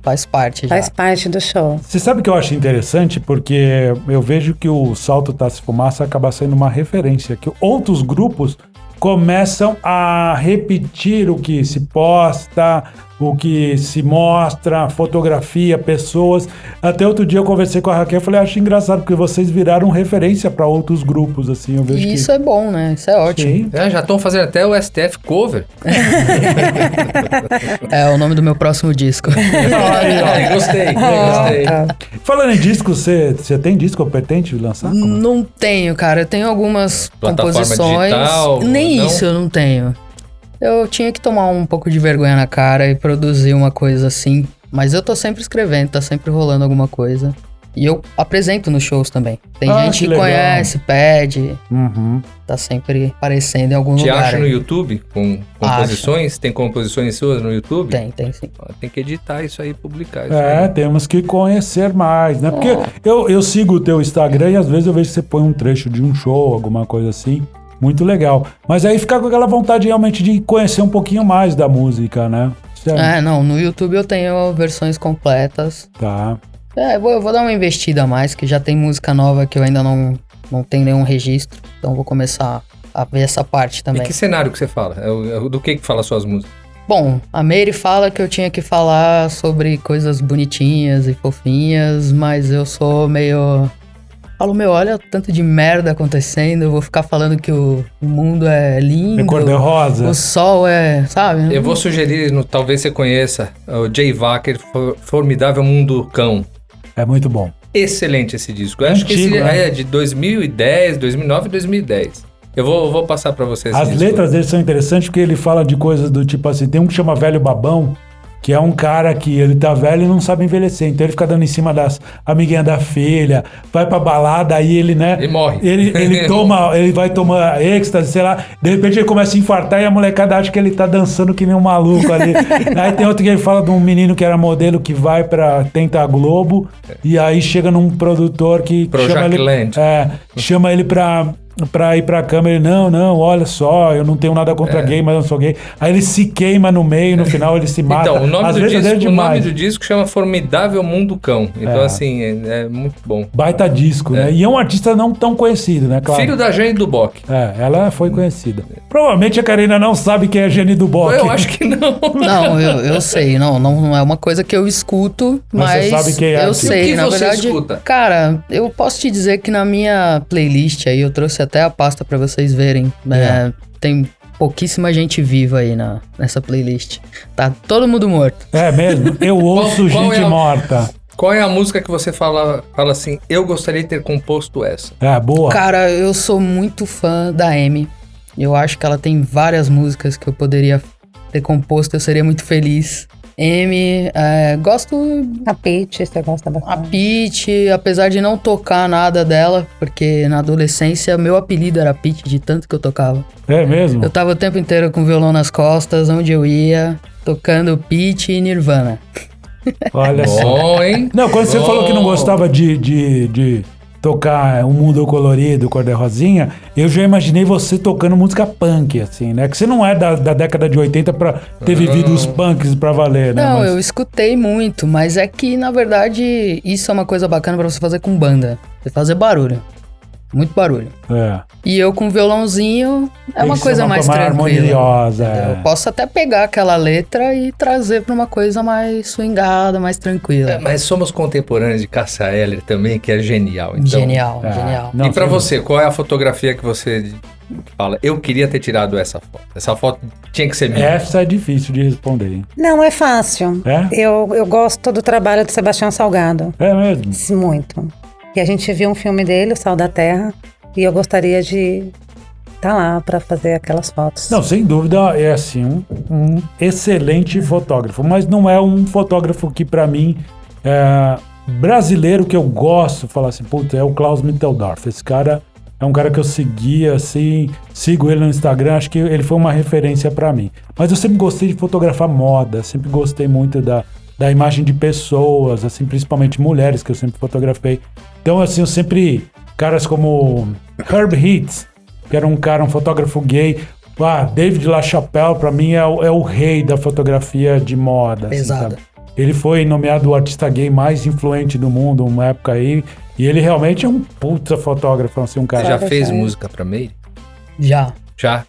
Faz parte já.
Faz parte do show.
Você sabe que eu acho interessante porque eu vejo que o Salto Taça e Fumaça acaba sendo uma referência, que outros grupos começam a repetir o que se posta, o que se mostra, fotografia, pessoas. Até outro dia eu conversei com a Raquel, eu falei, acho engraçado, porque vocês viraram referência para outros grupos, assim, eu vejo
E
que...
isso é bom, né? Isso é ótimo.
Sim.
É, já estão fazendo até o STF cover.
É o nome do meu
[LAUGHS]
próximo disco.
[LAUGHS] Ai, gostei, gostei.
Tá.
Falando em disco, você você tem disco ou pretende lançar? Como-
não tenho, cara. Eu tenho algumas
Tá, é? Plataforma
composições.
digital,
Nem
não?
isso eu não tenho. Eu tinha que tomar um pouco de vergonha na cara e produzir uma coisa assim. Mas eu tô sempre escrevendo, tá sempre rolando alguma coisa. E eu apresento nos shows também. Tem
Ah,
gente
que
que,
legal.
conhece, pede,
Uhum.
tá sempre aparecendo em algum
Te
lugar.
acha no
aí.
YouTube com composições? Tem composições suas no YouTube?
Tem, tem sim.
Ó, Tem que editar isso aí e publicar isso
É,
aí.
temos que conhecer mais, né? Porque eu, eu sigo o teu Instagram e às vezes eu vejo que você põe um trecho de um show, alguma coisa assim. Muito legal. Mas aí fica com aquela vontade realmente de conhecer um pouquinho mais da música, né? Isso é-
É, não, no YouTube eu tenho versões completas.
Tá.
É, eu vou, eu vou dar uma investida a mais, que já tem música nova que eu ainda não, não tenho nenhum registro. Então vou começar a ver essa parte
E
também.
que cenário que você fala? É o- é o- Do que que fala suas músicas?
Bom, a Mary fala que eu tinha que falar sobre coisas bonitinhas e fofinhas, mas eu sou meio. Falo, meu, olha o tanto de merda acontecendo, eu vou ficar falando que o o mundo é lindo.
É cor de rosa.
né?"
o sol é, sabe?
Eu vou sugerir, no- talvez você conheça, o Jay Wacker, For- Formidável Mundo Cão.
É muito bom.
Excelente esse disco. Eu acho que
Antigo,
esse
né?
é de 2010, 2009, 2010. Eu vou, eu vou passar pra vocês.
As letras dele são interessantes porque ele fala de coisas do tipo assim, tem um que chama Velho Babão, que é um cara que ele tá velho e não sabe envelhecer, então ele fica dando em cima das amiguinhas da filha, vai pra balada, aí ele, né?
Ele morre.
Ele,
[LAUGHS]
ele toma, ele vai tomar êxtase, sei lá, de repente ele começa a infartar e a molecada acha que ele tá dançando que nem um maluco
[LAUGHS]
ali. aí tem outro que ele fala de um menino que era modelo que vai pra tentar Globo e aí chega num produtor que
Projac
chama ele,
Land.
é, chama ele pra, pra ir pra câmera. Ele, não, não, olha só, eu não tenho nada
É.
contra gay, mas eu não sou gay. Aí ele se queima no meio, no final ele se mata.
Então, o nome,
Às
do
vezes é
disco, o nome
demais.
do disco chama Formidável Mundo Cão. Então, assim, é, é muito bom.
Baita disco, né? E é um artista não tão conhecido, né? Claro.
Filho da Jane Duboc.
É, ela foi conhecida. Provavelmente a Karina não sabe quem é a Jenny do Bock.
Eu acho que não. [LAUGHS]
Não, eu, eu sei, não, não, não é uma coisa que eu escuto,
Mas
mas,
você sabe quem é,
eu
assim.
sei,
O que
na
você
verdade.
escuta?
Cara, eu posso te dizer que na minha playlist aí eu trouxe até a pasta pra vocês verem.
É.
né? tem pouquíssima gente viva aí na, nessa playlist. Tá todo mundo morto.
É mesmo? Eu ouço
qual
gente
é a-
morta.
Qual é a música que você fala, fala assim, eu gostaria de ter composto essa?
É, boa.
Cara, eu sou muito fã da Amy. Eu acho que ela tem várias músicas que eu poderia ter composto, eu seria muito feliz. Amy, é, gosto
A Peach, você gosta
A
bastante.
Pete, apesar de não tocar nada dela, porque na adolescência meu apelido era Pete, de tanto que eu tocava.
É mesmo?
Eu tava o tempo inteiro com violão nas costas, onde eu ia, tocando Pete e Nirvana.
Olha só.
Bom, hein?
[LAUGHS] Não, quando você
Bom.
falou que não gostava de, de, de tocar um mundo colorido, cor de rosinha, eu já imaginei você tocando música punk, assim, né? Que você não é da, da década de 80 pra ter vivido os punks pra valer, né?
Não,
Mas-
eu escutei muito, mas é que na verdade isso é uma coisa bacana pra você fazer com banda. Você fazer barulho. Muito barulho.
É,
E eu com violãozinho é
Tem
uma
que ser
coisa mais tranquila.
harmoniosa.
Eu
É.
posso até pegar aquela letra e trazer pra uma coisa mais swingada, mais tranquila.
É, Mas somos contemporâneos de Cássia Eller também, que é genial. Então,
genial,
É.
genial.
Não,
e pra
sem
você, qual é a fotografia que você fala? Eu queria ter tirado essa foto. Essa foto tinha que ser minha.
Essa é difícil de responder, hein?
Não, é fácil.
Ah. É?
Eu, eu gosto do trabalho do Sebastião Salgado.
É mesmo?
Muito. E a gente viu um filme dele, O Sal da Terra, e eu gostaria de estar lá para fazer aquelas fotos.
Não, sem dúvida é assim um, um excelente fotógrafo, mas não é um fotógrafo que pra mim é, brasileiro que eu gosto, falar assim, puta, é o Klaus Mitteldorf. Esse cara é um cara que eu seguia assim, sigo ele no Instagram, acho que ele foi uma referência pra mim. Mas eu sempre gostei de fotografar moda, sempre gostei muito da da imagem de pessoas, assim, principalmente mulheres que eu sempre fotografei. Então, assim, eu sempre caras como Herb Hitz, que era um cara, um fotógrafo gay. Ah, David LaChapelle, pra mim, é o, é o rei da fotografia de moda. assim,
Pesado.
sabe? Ele foi nomeado o artista gay mais influente do mundo, uma época aí. E ele realmente é um puta fotógrafo, assim, um
Você
cara.
já fez música pra Meire?
Já.
Já?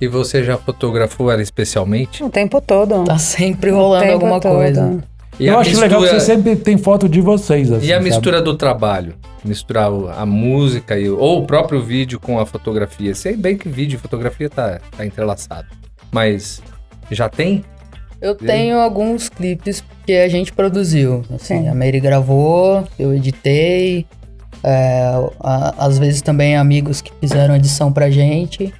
E você já fotografou ela especialmente?
O tempo todo.
Tá sempre
O
rolando
tempo
alguma
todo.
coisa.
E
eu
a
acho legal que
mistura-
você sempre tem foto de vocês. Assim,
E a
sabe?
mistura do trabalho? Misturar o- a música e, o- ou o próprio vídeo com a fotografia. Sei bem que vídeo e fotografia tá, tá entrelaçado. Mas já tem?
Eu tenho alguns clipes que a gente produziu. Assim,
Sim.
A Mary gravou, eu editei. é, a- às vezes também amigos que fizeram edição pra gente.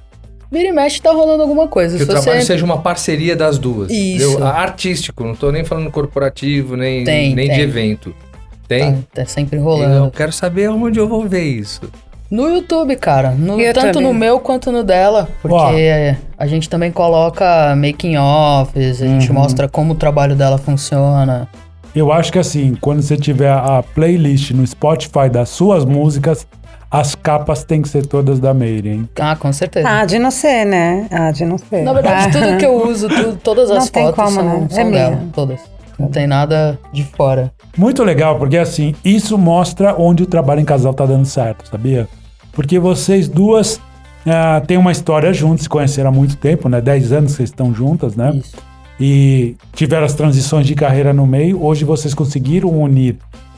Vira e mexe tá rolando alguma coisa.
Que o
Se você-
trabalho seja uma parceria das duas.
Isso.
entendeu? A- Artístico, não tô nem falando corporativo, nem,
Tem,
nem
tem.
de evento.
tá,
Tem?
tá sempre
Eu
rolando.
quero saber onde eu vou ver isso.
No YouTube, cara. No,
Eu
tanto
também.
no meu quanto no dela. Porque
Ó.
a gente também coloca making offs, a
Uhum.
gente mostra como o trabalho dela funciona.
Eu acho que assim, quando você tiver a playlist no Spotify das suas músicas, as capas têm que ser todas da Meire, hein?
Ah, com certeza.
Ah, de não ser, né? Ah, de não ser.
Na
[LAUGHS]
verdade, tudo que eu uso, tu- todas
Não
as
tem
fotos
como,
são,
né? É
são
minha.
dela, todas. Não tem nada de fora.
Muito legal, porque assim, isso mostra onde o trabalho em casal tá dando certo, sabia? Porque vocês duas ah, têm uma história juntas, se conheceram há muito tempo, né? 10 anos que vocês estão juntas, né?
Isso.
e tiveram as transições de carreira no meio. Hoje vocês conseguiram unir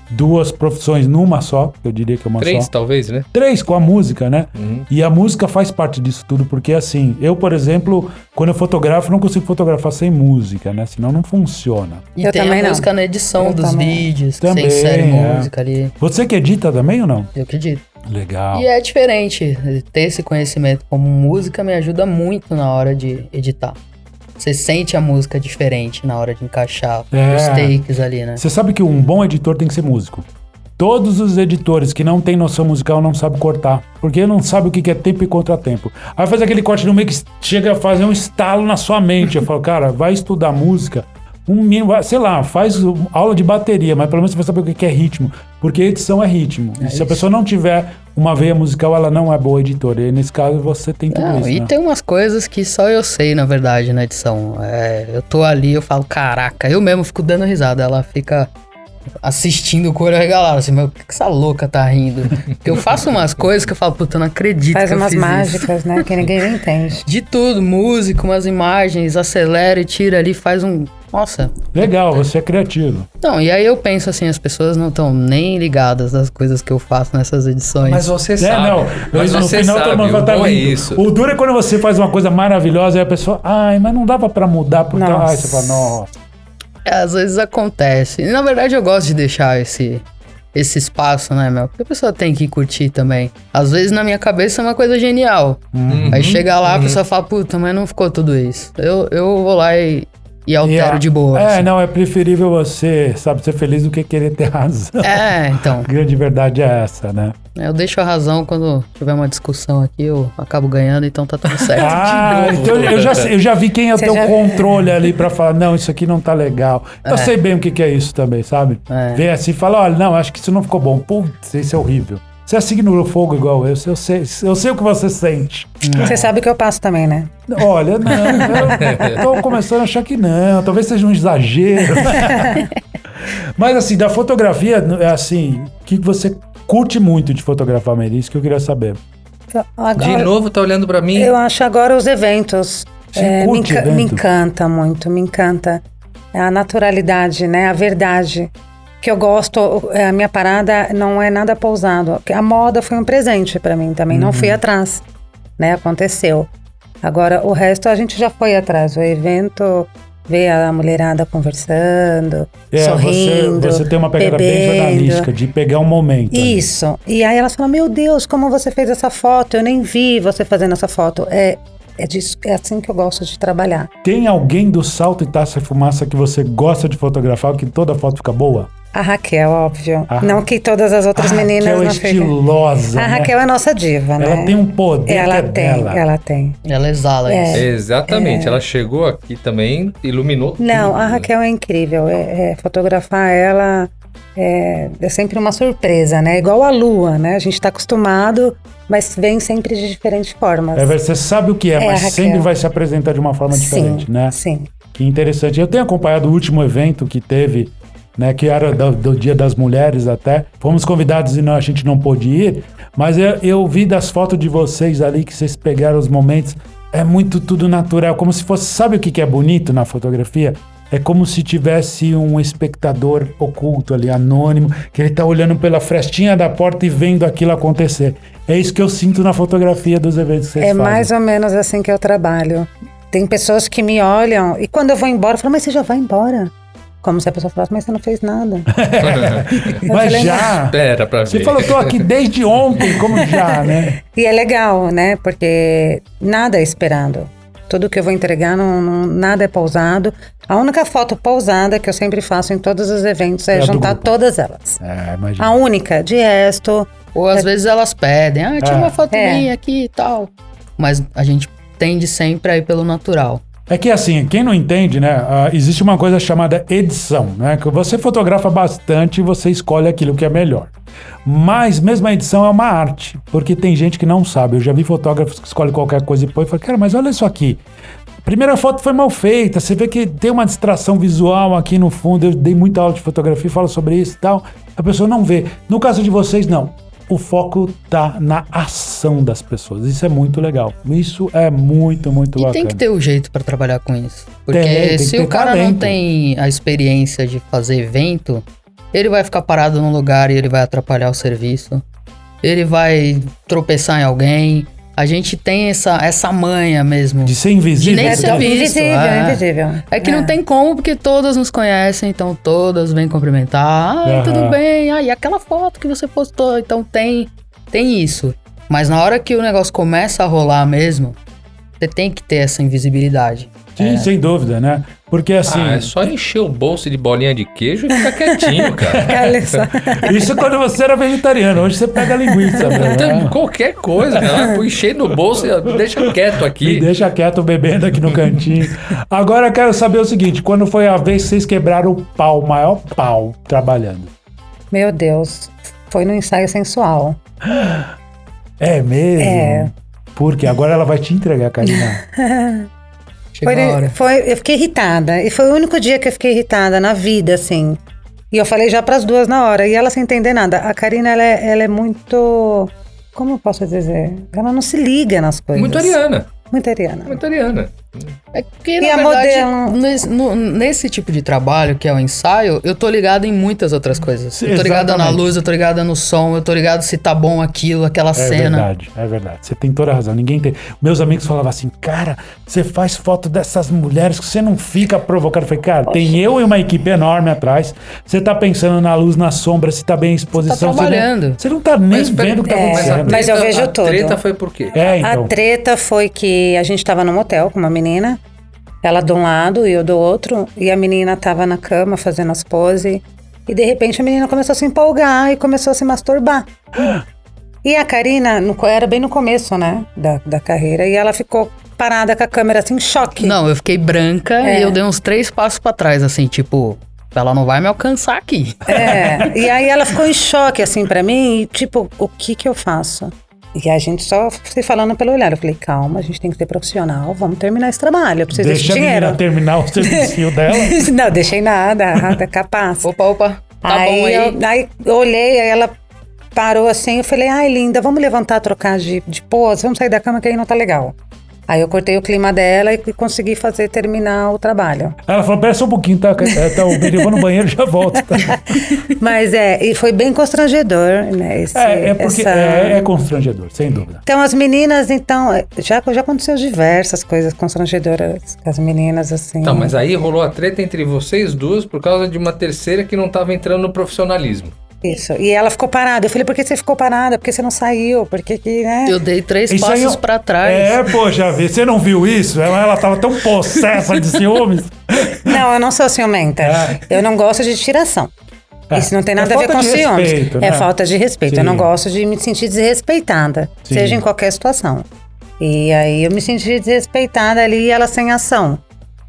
duas profissões numa só, eu diria que é uma
Três,
só.
talvez, né?
Três com a música, né?
Uhum.
E a música faz parte disso tudo, porque assim, eu, por exemplo, quando eu fotografo, não consigo fotografar sem música, né? Senão não funciona.
E
Eu
tem
também
a
não.
música na edição
Eu
dos
também.
vídeos,
Também,
que você insere
é.
música ali,
Você que edita também ou não?
eu acredito.
Legal.
E é diferente. Ter esse conhecimento como música me ajuda muito na hora de editar. Você sente a música diferente na hora de encaixar
É.
os takes ali, né?
Você sabe que um bom editor tem que ser músico. Todos os editores que não têm noção musical não sabem cortar, porque não sabe o que que é tempo e contratempo. Aí faz aquele corte no meio que chega a fazer um estalo na sua mente. Eu falo, [LAUGHS] cara, vai estudar música, um mínimo, vai- sei lá, faz um- aula de bateria, mas pelo menos você vai saber o que que é ritmo, porque edição é ritmo. e se a pessoa não tiver uma veia musical, ela não é boa editora. E nesse caso você tem tudo
Não,
isso.
e
né?
tem umas coisas que só eu sei, na verdade, na edição. É, eu tô ali, eu falo, caraca, eu mesmo fico dando risada. Ela fica assistindo o couro regalado, assim, mas por que que essa louca tá
[LAUGHS]
rindo? Porque eu faço umas coisas que eu falo, puta, eu não acredito
Faz
que eu
umas
fiz isso."
mágicas, né? Que ninguém nem entende.
De tudo, música, umas imagens, acelera e tira ali, faz um... Nossa,
Legal, você é criativo.
não, e aí eu penso assim, as pessoas não estão nem ligadas das coisas que eu faço nessas edições.
Mas você
É,
sabe.
não.
Mas
no
você
final
sabe.
todo mundo vai
o
estar
bom é
rindo.
isso.
O duro é quando você faz uma coisa maravilhosa e a pessoa, ai, mas não dava pra mudar porque
Nossa.
ai, você fala, nossa.
É, Às vezes acontece. E, na verdade, eu gosto de deixar esse, esse espaço, né, meu? Porque a pessoa tem que curtir também. Às vezes, na minha cabeça, é uma coisa genial.
Uhum.
Aí chega lá, a pessoa fala, puta, mas não ficou tudo isso. Eu, eu vou lá e, e altero
E a-
de boa.
É,
assim.
não, é preferível você, sabe, ser feliz do que querer ter razão.
É, então.
A grande verdade é essa, né?
Eu deixo a razão quando tiver uma discussão aqui, eu acabo ganhando, então tá tudo certo.
Ah,
novo.
então eu já, eu já vi quem é o
Você
teu
já-
controle ali pra falar, não, isso aqui não tá legal. Eu sei bem o que, que é isso também, sabe?
É.
Vem assim e fala, olha, não, acho que isso não ficou bom. Putz, isso é horrível. Você é signo do fogo igual eu, eu sei, eu sei o que você sente.
Você sabe que eu passo também, né?
Olha,
[LAUGHS]
não, eu tô começando a achar que não, talvez seja um
[LAUGHS]
exagero. Mas assim, da fotografia, é assim, o que você curte muito de fotografar, Mary? Isso que eu queria saber.
De
Agora,
novo tá olhando pra mim.
eu acho agora os eventos. É,
Você
me,
curte
enca- me
evento?
encanta muito, me encanta. É A naturalidade, né? A verdade. Que eu gosto, é, a minha parada não é nada pousado. A moda foi um presente pra mim também, não
Uhum.
fui atrás, né? Aconteceu. Agora, o resto a gente já foi atrás. O evento, ver a mulherada conversando,
É,
sorrindo,
você, você tem uma pegada
bebendo.
bem jornalística, de pegar um momento. ali.
Isso. E aí elas falam: Meu Deus, como você fez essa foto? Eu nem vi você fazendo essa foto. É, é, disso, é assim que eu gosto de trabalhar.
Tem alguém do salto e taça e fumaça que você gosta de fotografar, que toda foto fica boa?
A Raquel, óbvio.
A Ra-
Não que todas as outras
A
meninas
Raquel é
não ficam.
estilosa,
A
né?
Raquel é nossa diva, né?
Ela tem um poder que
Ela
é
tem,
dela.
ela tem.
Ela exala
É.
isso.
Exatamente. Ela chegou aqui também, iluminou
Não,
tudo,
a
né?
ah,
Raquel é incrível. É, é, fotografar ela é, é sempre uma surpresa, né? Igual a lua, né? A gente tá acostumado, mas vem sempre de diferentes formas.
É, você sabe o que é,
É,
mas
Raquel.
sempre vai se apresentar de uma forma
sim,
diferente, né?
sim.
Que interessante. Eu tenho acompanhado o último evento que teve, né? Que era do, do Dia das Mulheres até. Fomos convidados e não, a gente não pôde ir. Mas eu, eu vi das fotos de vocês ali que vocês pegaram os momentos. é muito tudo natural, como se fosse. Sabe o que que é bonito na fotografia? É como se tivesse um espectador oculto ali, anônimo, que ele tá olhando pela frestinha da porta e vendo aquilo acontecer. É isso que eu sinto na fotografia dos eventos que vocês
É
fazem.
mais ou menos assim que eu trabalho. Tem pessoas que me olham e quando eu vou embora, falam, mas você já vai embora? Como se a pessoa falasse, mas você não
[LAUGHS]
fez nada.
Mas já.
[LAUGHS] Espera pra ver.
Você falou, tô aqui desde ontem, como já, né?
e é legal, né? Porque nada é esperado. Tudo que eu vou entregar, não, não- nada é pousado. A única foto pousada que eu sempre faço em todos os eventos
É
é,
a do
juntar
grupo.
todas elas.
É,
A
imagina.
única, de resto,
Ou às vezes elas pedem, ah, tira
Ah.
uma foto
É.
minha aqui e tal. Mas a gente tende sempre a ir pelo natural.
É que assim, quem não entende, né? ah, existe uma coisa chamada edição, né? Que você fotografa bastante e você escolhe aquilo que é melhor. Mas mesmo a edição é uma arte, porque tem gente que não sabe. Eu já vi fotógrafos que escolhem qualquer coisa e põe e fala, cara, mas olha isso aqui. A Primeira foto foi mal feita, você vê que tem uma distração visual aqui no fundo. Eu dei muita aula de fotografia, falo sobre isso e tal. A pessoa não vê. No caso de vocês, não. O foco tá na ação das pessoas. Isso é muito legal. Isso é muito, muito
E
bacana.
tem que ter o jeito pra trabalhar com isso. Porque
Tem, tem que
se
ter
o cara
talento.
não tem a experiência de fazer evento, ele vai ficar parado num lugar e ele vai atrapalhar o serviço. Ele vai tropeçar em alguém. A gente tem essa, essa manha mesmo.
De ser invisível. né?
De nem
é
ser
tudo
visto,
invisível,
é.
invisível.
É que não tem como, porque todas nos conhecem, então todas vêm cumprimentar. Ai,
Aham.
tudo bem. Ai, aquela foto que você postou. Então tem, tem isso. Mas na hora que o negócio começa a rolar mesmo, você tem que ter essa invisibilidade.
Sim, sem dúvida, né? Porque assim,
É. Ah, é só encher o bolso de bolinha de queijo e ficar
[LAUGHS]
quietinho, cara.
Olha só.
[LAUGHS]
é
isso quando você era vegetariano, hoje você pega a
[LAUGHS]
linguiça, meu,
Então,
né?
qualquer coisa, né? Pô, Encher no bolso e deixa quieto
E
aqui.
deixa quieto bebendo aqui no cantinho. Agora eu quero saber o seguinte: quando foi a vez que vocês quebraram o pau, o maior pau, trabalhando?
Meu Deus, foi no ensaio sensual.
É mesmo?
É.
Porque agora ela vai te entregar, Karina.
Chega
foi,
a hora.
foi- eu fiquei irritada. E foi o único dia que eu fiquei irritada na vida, assim. E eu falei já pras duas na hora. E ela sem entender nada. A Karina, ela é, ela é muito. Como eu posso dizer? Ela não se liga nas coisas.
Muito ariana,
Muito ariana.
muito ariana.
É porque,
E
na
a
verdade,
modelo?
nesse, no- nesse tipo de trabalho, que é o ensaio, eu tô ligado em muitas outras coisas.
Sim,
eu tô ligado na
exatamente.
luz, eu tô ligado no som, eu tô ligado se tá bom aquilo, aquela
É
cena.
verdade, é verdade. Você tem toda a razão. Ninguém tem. Meus amigos falavam assim, cara, você faz foto dessas mulheres que você não fica provocado. Eu falei, cara, tem eu e uma equipe enorme atrás. Você tá pensando na luz, na sombra, se tá bem a exposição. você não-
trabalhando.
Você não tá nem
peraí,
vendo o que tá
é,
acontecendo.
mas eu
a
vejo tudo.
treta foi por quê?
É, então.
A treta foi que a gente tava num motel com uma menina, ela de um lado e eu do outro, e a menina tava na cama fazendo as poses, e de repente a menina começou a se empolgar e começou a se masturbar.
[GASPS]
E a Karina, no co- era bem no começo, né, da, da carreira, e ela ficou parada com a câmera assim, em choque.
Não, eu fiquei branca
É.
e eu dei uns três passos pra trás, assim, tipo, ela não vai me alcançar aqui.
É, e aí ela ficou em choque, assim, pra mim, e tipo, o que que eu faço? E a gente só se falando pelo olhar. Eu falei, calma, a gente tem que ser profissional, vamos terminar esse trabalho, eu preciso
Deixa
desse
a
dinheiro.
menina terminar o
[LAUGHS]
serviço dela.
Não, deixei nada, rata, capaz.
Opa, opa, tá
aí,
bom aí.
Eu, aí eu olhei, aí ela parou assim, eu falei, ai linda, vamos levantar, trocar de, de pose, vamos sair da cama que aí não tá legal. Aí eu cortei o clima dela e consegui fazer terminar
[LAUGHS]
o trabalho.
Ela falou, pera só um pouquinho, tá? É, tá o Benio, eu vou no banheiro e já volto. tá?
Mas é, e foi bem constrangedor, né? esse-
É, é porque
essa-
é, é constrangedor, sem dúvida.
Então, as meninas, então, já, já aconteceu diversas coisas constrangedoras com as meninas, assim.
Então,
Uhum.
Tá, mas aí rolou a treta entre vocês duas por causa de uma terceira que não tava entrando no profissionalismo.
Isso. E ela ficou parada. Eu falei, por que você ficou parada? Por que você não saiu? Por que que, né?
Eu dei três
Isso aí
passos
eu-
pra trás.
É, pô, já vi. Você não viu isso? Ela, ela tava tão possessa de
[LAUGHS]
ciúmes.
Não, eu não sou ciumenta.
Ah.
Eu não gosto de tiração.
Ah,
Isso não tem
é
nada a ver
falta
com
de
ciúmes.
respeito,
É
né?
falta de respeito.
Sim.
Eu não gosto de me sentir desrespeitada,
Sim.
seja em qualquer situação. E aí eu me senti desrespeitada ali e ela sem ação.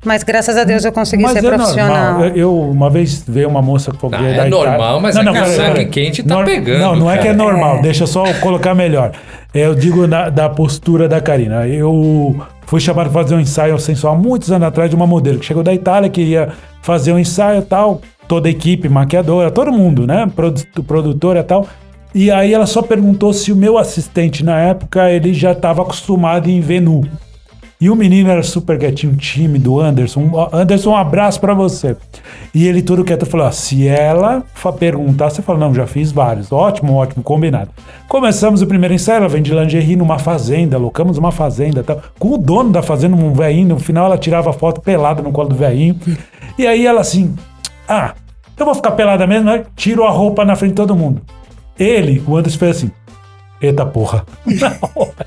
Mas graças a Deus eu consegui ser profissional.
é normal. Eu, eu, uma vez veio uma moça que tá-"
Ah, é normal, mas é que o
peraí,
sangue
peraí.
quente tá pegando,
Não, não é que é
cara.
normal. Deixa eu só colocar melhor. Eu digo na- da postura da Karina. Eu fui chamado para fazer um ensaio sensual há muitos anos atrás de uma modelo que chegou da Itália, queria fazer um ensaio e tal. Toda a equipe, maquiadora, todo mundo, né? Produ produtora e tal. E aí ela só perguntou se o meu assistente na época ele já estava acostumado em ver nu. E o menino era super quietinho, tímido, Anderson. Ó, Anderson, um abraço pra você. E ele todo quieto falou: ó, se ela fa- perguntar, você fala: não, já fiz vários. Ótimo, ótimo, combinado. Começamos o primeiro ensaio, ela vende lingerie numa fazenda, alocamos uma fazenda e tal. Com o dono da fazenda, um velhinho, no final ela tirava foto pelada no colo do velhinho. E aí ela assim: ah, eu vou ficar pelada mesmo, né? tiro a roupa na frente de todo mundo. Ele, o Anderson, fez assim: eita porra. Na hora.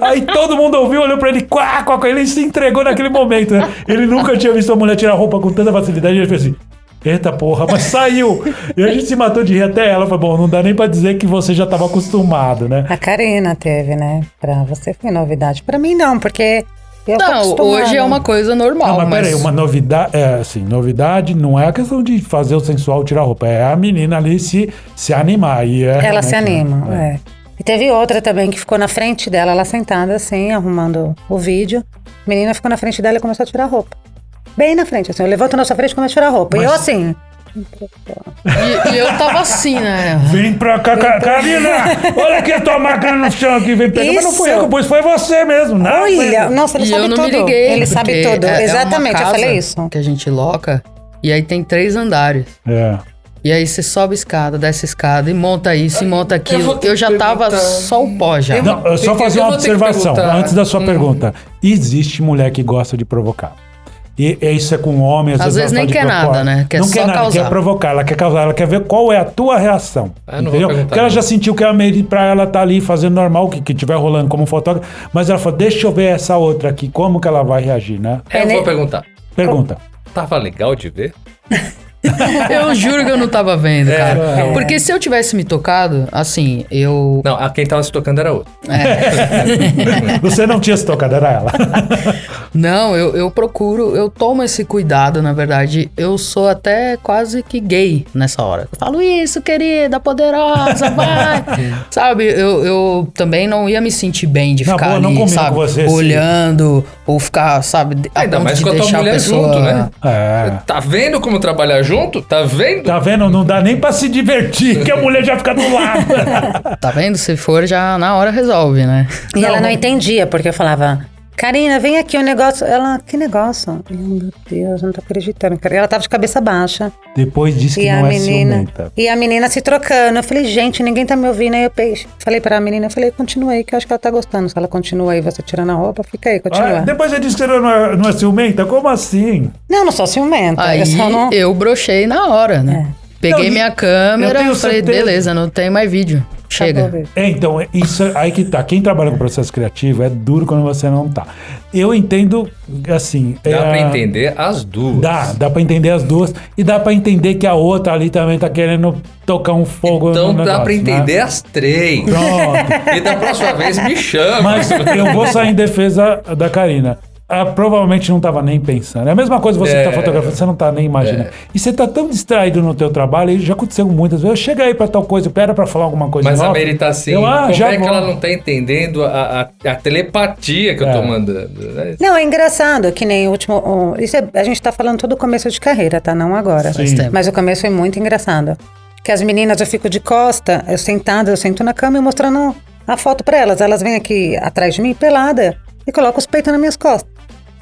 Aí todo mundo ouviu, olhou pra ele, quá, quá, quá. ele se entregou naquele momento. Né? Ele nunca tinha visto uma mulher tirar roupa com tanta facilidade, ele fez assim. Eita porra, mas saiu! E a gente se matou de rir até ela. Foi bom, não dá nem pra dizer que você já tava acostumado, né?
A Karina teve, né? Pra você foi novidade. Pra mim não, porque eu tô
Não,
acostumada.
hoje é uma coisa normal,
não, mas,
mas...
peraí, uma novidade. É, assim, novidade não é a questão de fazer o sensual tirar roupa, é a menina ali se, se animar. E é,
Ela se
realmente-
anima, é. E teve outra também que ficou na frente dela, ela sentada assim, arrumando o vídeo. A menina ficou na frente dela e começou a tirar roupa. Bem na frente, assim, eu levanto na sua frente e começo a tirar roupa. E eu assim,
E, e eu tava assim, né?
[LAUGHS] Vem pra cá,
Então-
Ca- Karina! Olha aqui a tua máquina no chão aqui, vem pegar. Mas não fui
Isso.
eu que pus, foi você mesmo. Não, foi
olha, nossa, ele
e
sabe
eu não
tudo.
me liguei.
ele sabe
porque
tudo,
é- é uma
exatamente, eu
casa
falei isso.
Que a gente loca, e aí tem três andares.
É.
E aí você sobe a escada, desce a escada e monta isso e
vou
monta aquilo.
te
Eu, já tava
perguntar.
só o pó já.
Não, eu só
Tem que-
fazer
eu
uma
vou ter que
observação
perguntar. Hum.
antes da sua pergunta. Existe mulher que gosta de provocar. E é isso é com homem, às,
Às vezes
ela tá
nem
de
quer
propósito.
nada, né? Quer
não
só
quer nada,
causar.
quer provocar, ela quer causar, ela quer ver qual é a tua reação.
Ah, eu não vou
entendeu?
perguntar,
Porque ela
não.
já sentiu que é a Mary, pra ela tá ali fazendo normal, o que, que tiver rolando como fotógrafo. Mas ela falou, deixa eu ver essa outra aqui, como que ela vai reagir, né?
É, eu
Ele-
vou perguntar. [LAUGHS]
Pergunta.
Tava legal de ver?
Eu juro que eu não tava vendo, cara.
é.
Porque se eu tivesse me tocado, assim, eu.
Não, a quem tava se tocando era outra.
Você não tinha se tocado, era
[LAUGHS]
ela.
Não, eu, eu procuro, eu tomo esse cuidado, na verdade. Eu sou até quase que gay nessa hora. Eu falo, isso,
[LAUGHS]
querida, poderosa, vai. sabe, eu, eu também não ia me sentir bem de
Na
ficar
boa, não
ali,
combina
sabe,
com você, sim.
olhando, ou ficar, sabe,
Ah,
a
Ainda
então,
ponto
mais
de
com a tua
deixar
mulher
pessoa...
junto, né?
É.
Tá vendo como trabalhar junto? Tá vendo?
Tá vendo? Não dá nem pra se divertir, que a mulher já fica do lado.
[LAUGHS]
Tá vendo? Se for, já na hora resolve, né?
E ela não entendia, porque eu falava, Karina, vem aqui, o negócio. Ela, que negócio? Eu, meu Deus, eu não tô acreditando. cara." E Ela tava de cabeça baixa.
Depois diz que
e a
não é
menina.
ciumenta.
E a menina se trocando. Eu falei, gente, ninguém tá me ouvindo. Aí eu pe- falei pra menina, eu falei, continua aí, que eu acho que ela tá gostando. Se ela continua aí, você tirando a roupa, fica aí,
Ah,
continua.
depois você disse que você não é, não é ciumenta? Como assim?
Não, não sou
É,
ciumenta.
Aí
eu só não.
eu brochei na hora, né? Peguei
Não, e-
minha
eu
câmera
tenho
e falei,
certeza-
beleza, não tem mais vídeo. Chega.
Acabou,
É, então, é isso aí que tá. Quem trabalha com processo criativo é duro quando você não tá. Eu entendo, assim.
Dá
é,
pra entender as duas.
Dá, dá pra entender as duas. E dá pra entender que a outra ali também tá querendo tocar um fogo
Então
no
dá
negócio,
pra entender
Né?
as três.
Pronto.
E da próxima vez me chama.
Mas eu vou sair em defesa da Karina. Ah, provavelmente não estava nem pensando. É a mesma coisa você que
É.
está fotografando, você não está nem imaginando. E você está tão distraído no teu trabalho, e já aconteceu muitas vezes. Chega aí para tal coisa, pera para falar alguma coisa
Mas a
nova.
Mary tá assim,
Eu, ah,
como
já
é que
vou.
ela não tá entendendo a, a- a telepatia que eu
É.
tô mandando? né?
Não, é engraçado que nem o último. o- isso é- a gente tá falando todo o começo de carreira, tá? Não agora.
Sim.
tempo.
Mas o começo foi muito engraçado. Que as meninas eu fico de costa, eu sentada, eu sento na cama e mostrando a foto pra elas. Elas vêm aqui atrás de mim, pelada, e colocam os peitos nas minhas costas.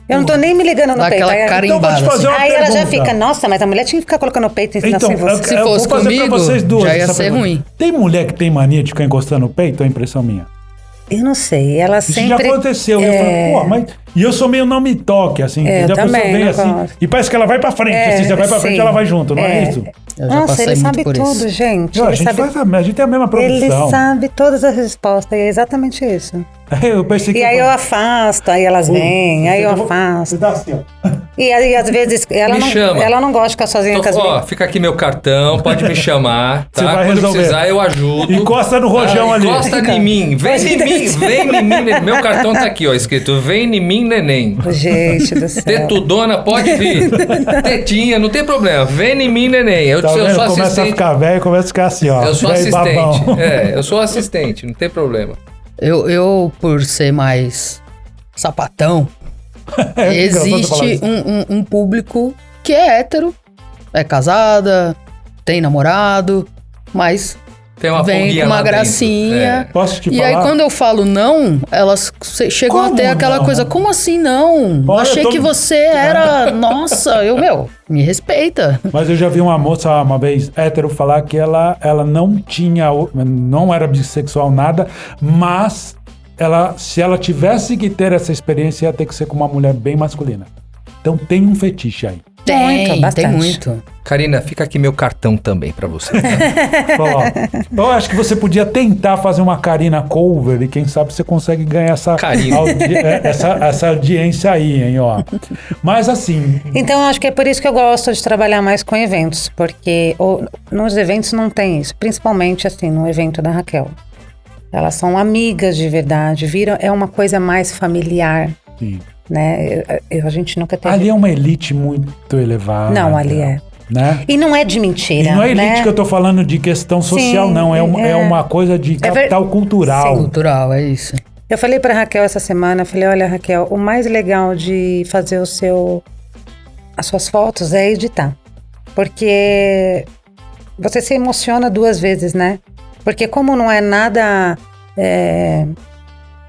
Eu não tô nem me ligando no
Hum. Dá
peito.
aquela
Aí,
cara
Então vou te
Embala,
assim?
fazer uma
Assim, aí ela já
pergunta.
fica, assim, nossa, mas a mulher tinha que ficar colocando o peito em cima
Então,
sem
eu,
você.
Se
eu
fosse
vou fazer
comigo,
pra vocês duas
já ia
essa
ser
pergunta.
ruim.
Tem mulher que tem mania de ficar encostando o peito? É impressão minha.
Eu não sei, ela
Isso
sempre.
já aconteceu. E eu
É.
falo, pô, mas... E eu sou meio não me toque, assim.
É, eu
entendeu? a pessoa
também,
vem
não
assim
gosto.
e parece que ela vai pra frente.
É,
assim, você vai pra
sim.
frente e ela vai junto, não é,
É.
isso?
Eu já
Nossa,
passei
ele
muito
sabe
por
tudo,
isso.
gente.
Não, a,
ele
gente
sabe
faz a, a gente tem a mesma
Ele
profissão.
sabe todas as respostas, e é exatamente isso.
[LAUGHS] Eu pensei que
E aí eu afasto, aí elas vêm, aí eu
Você dá- Você
afasto.
dá
[LAUGHS]
assim, ó.
E aí, às vezes, ela,
Me
não,
chama.
ela não gosta de ficar sozinha
Então,
com as
ó,
meninas.
fica aqui meu cartão, pode
[LAUGHS]
me chamar, tá?
Você vai
Quando
resolver.
precisar, eu ajudo. Ah,
Encosta no rojão ali.
Encosta em mim, vem em mim, vem em mim, neném. Meu cartão tá aqui, ó, escrito, vem em mim, neném. [LAUGHS]
Gente do
É.
céu.
Tetudona, pode vir.
[LAUGHS]
Tetinha, não tem problema. Vem em mim, neném. Eu,
Tá
eu
vendo?
sou
Começa a
assistente.
ficar velho, começa a ficar assim, ó.
Eu sou
velho e babão. [LAUGHS]
assistente. É, eu sou assistente, não tem problema.
Eu, eu, por ser mais sapatão,
É engraçado falar
existe
isso.
um, um- um público que é hétero, é casada, tem namorado, mas
Tem uma
Vem
pulguinha
com uma
Ah, lá
gracinha.
dentro. é.
Posso te
E
falar?
aí, quando eu falo não, elas se- chegam
Como
até aquela
não?
coisa, como assim não?
Olha,
Achei
eu tô-
que
[LAUGHS]
você era. Nossa, eu, meu, me respeita.
Mas eu já vi uma moça uma vez, hétero, falar que ela, ela não tinha, o- não era bissexual nada, mas ela, se ela tivesse que ter essa experiência, ia ter que ser com uma mulher bem masculina. Então tem um fetiche aí.
Muito,
Tem, tem
bastante.
muito.
É. Karina, fica aqui meu cartão também pra você. tá?
Ó,
[LAUGHS]
eu acho que você podia tentar fazer uma Karina cover e quem sabe você consegue ganhar essa,
Karina.
audi- é, essa, essa audiência aí, hein, ó. Mas assim,
Então, eu acho que é por isso que eu gosto de trabalhar mais com eventos, porque o- nos eventos não tem isso, principalmente assim, no evento da Raquel. Elas são amigas de verdade, viram, é uma coisa mais familiar,
sim.
né? Eu- eu- a gente nunca teve.
ali é uma elite muito elevada.
Não, ali é.
Né?
E não é de mentira.
E não é elite
né?
que eu tô falando de questão social,
Sim,
não. É uma, é
é.
uma coisa de
ver-
capital cultural.
Cultural, é isso.
Eu falei pra Raquel essa semana, eu falei, olha Raquel, o mais legal de fazer o seu as suas fotos é editar. Porque você se emociona duas vezes, né? Porque como não é nada é,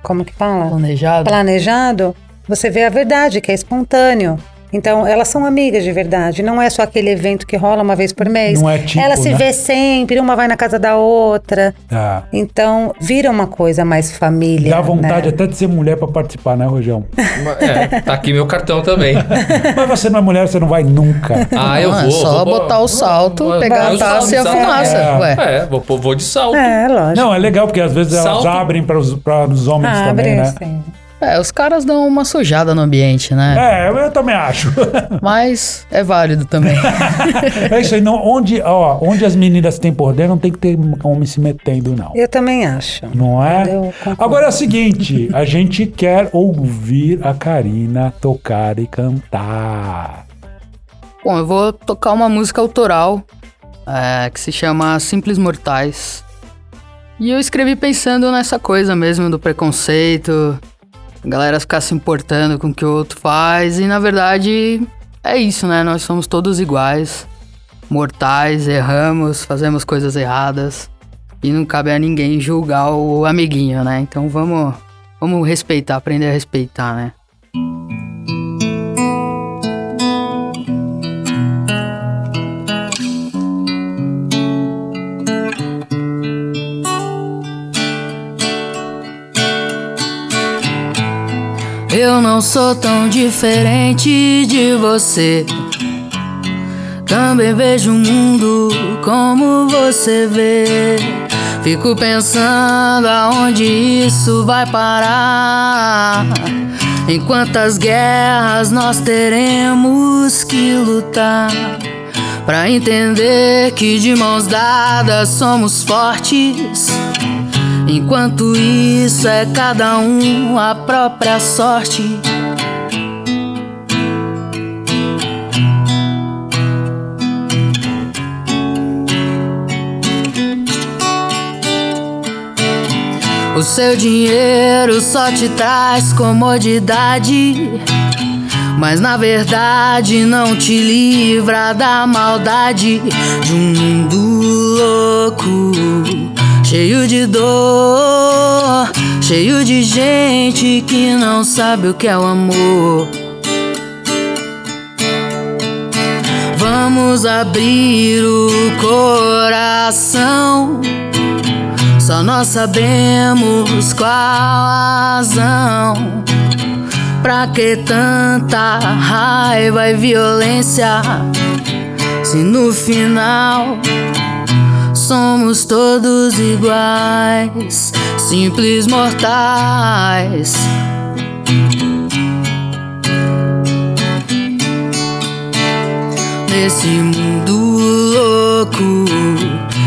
como que fala?
Planejado.
Planejado, você vê a verdade, que é espontâneo. Então, elas são amigas de verdade, não é só aquele evento que rola uma vez por mês.
Não é tipo,
Ela se
né?
vê sempre, uma vai na casa da outra.
Tá.
Então, vira uma coisa mais família.
Dá
né?
vontade até de ser mulher pra participar, né,
[LAUGHS]
Rojão?
É, tá aqui meu cartão também.
Mas você não é mulher, você não vai nunca.
Ah, eu
Não, é
vou.
só
vou-
botar o salto,
vou-
pegar
vai
a
o salto,
taça e a
salto.
fumaça.
É.
Ué.
É, vou, pô- vou de salto.
É, lógico.
Não, é legal, porque às vezes elas
Salto.
abrem para os, pra- os homens também, né?
sim.
É, os caras dão uma sujada no ambiente, né?
É, eu também
[LAUGHS]
acho.
Mas é válido também.
É isso aí. Não, onde, ó, onde as meninas têm poder, não tem que ter homem se metendo, não.
Eu também acho.
Não é?
Eu concordo.
Agora é o seguinte, a gente quer ouvir a Karina tocar e cantar.
Bom, eu vou tocar uma música autoral é, que se chama Simples Mortais. E eu escrevi pensando nessa coisa mesmo do preconceito, a galera ficar se importando com o que o outro faz, e na verdade é isso, né? Nós somos todos iguais, mortais, erramos, fazemos coisas erradas, e não cabe a ninguém julgar o amiguinho, né? Então vamos, vamos respeitar, aprender a respeitar, né? Eu não sou tão diferente de você. Também vejo o mundo como você vê. Fico pensando aonde isso vai parar. Em quantas guerras nós teremos que lutar. Pra entender que de mãos dadas somos fortes. Enquanto isso é cada um a própria sorte. O seu dinheiro só te traz comodidade, mas na verdade não te livra da maldade de um mundo louco, cheio de dor, cheio de gente que não sabe o que é o amor. Vamos abrir o coração. Só nós sabemos qual a razão. Pra que tanta raiva e violência? Se no final somos todos iguais, simples mortais. Nesse mundo louco,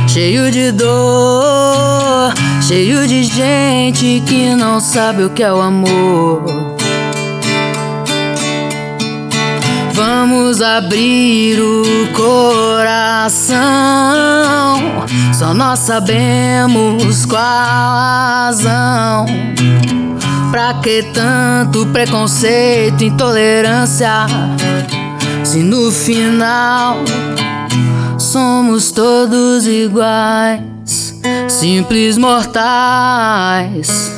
cheio de dor, cheio de gente que não sabe o que é o amor. Vamos abrir o coração. Só nós sabemos qual a razão. Pra que tanto preconceito, intolerância? Se no final somos todos iguais,
simples mortais.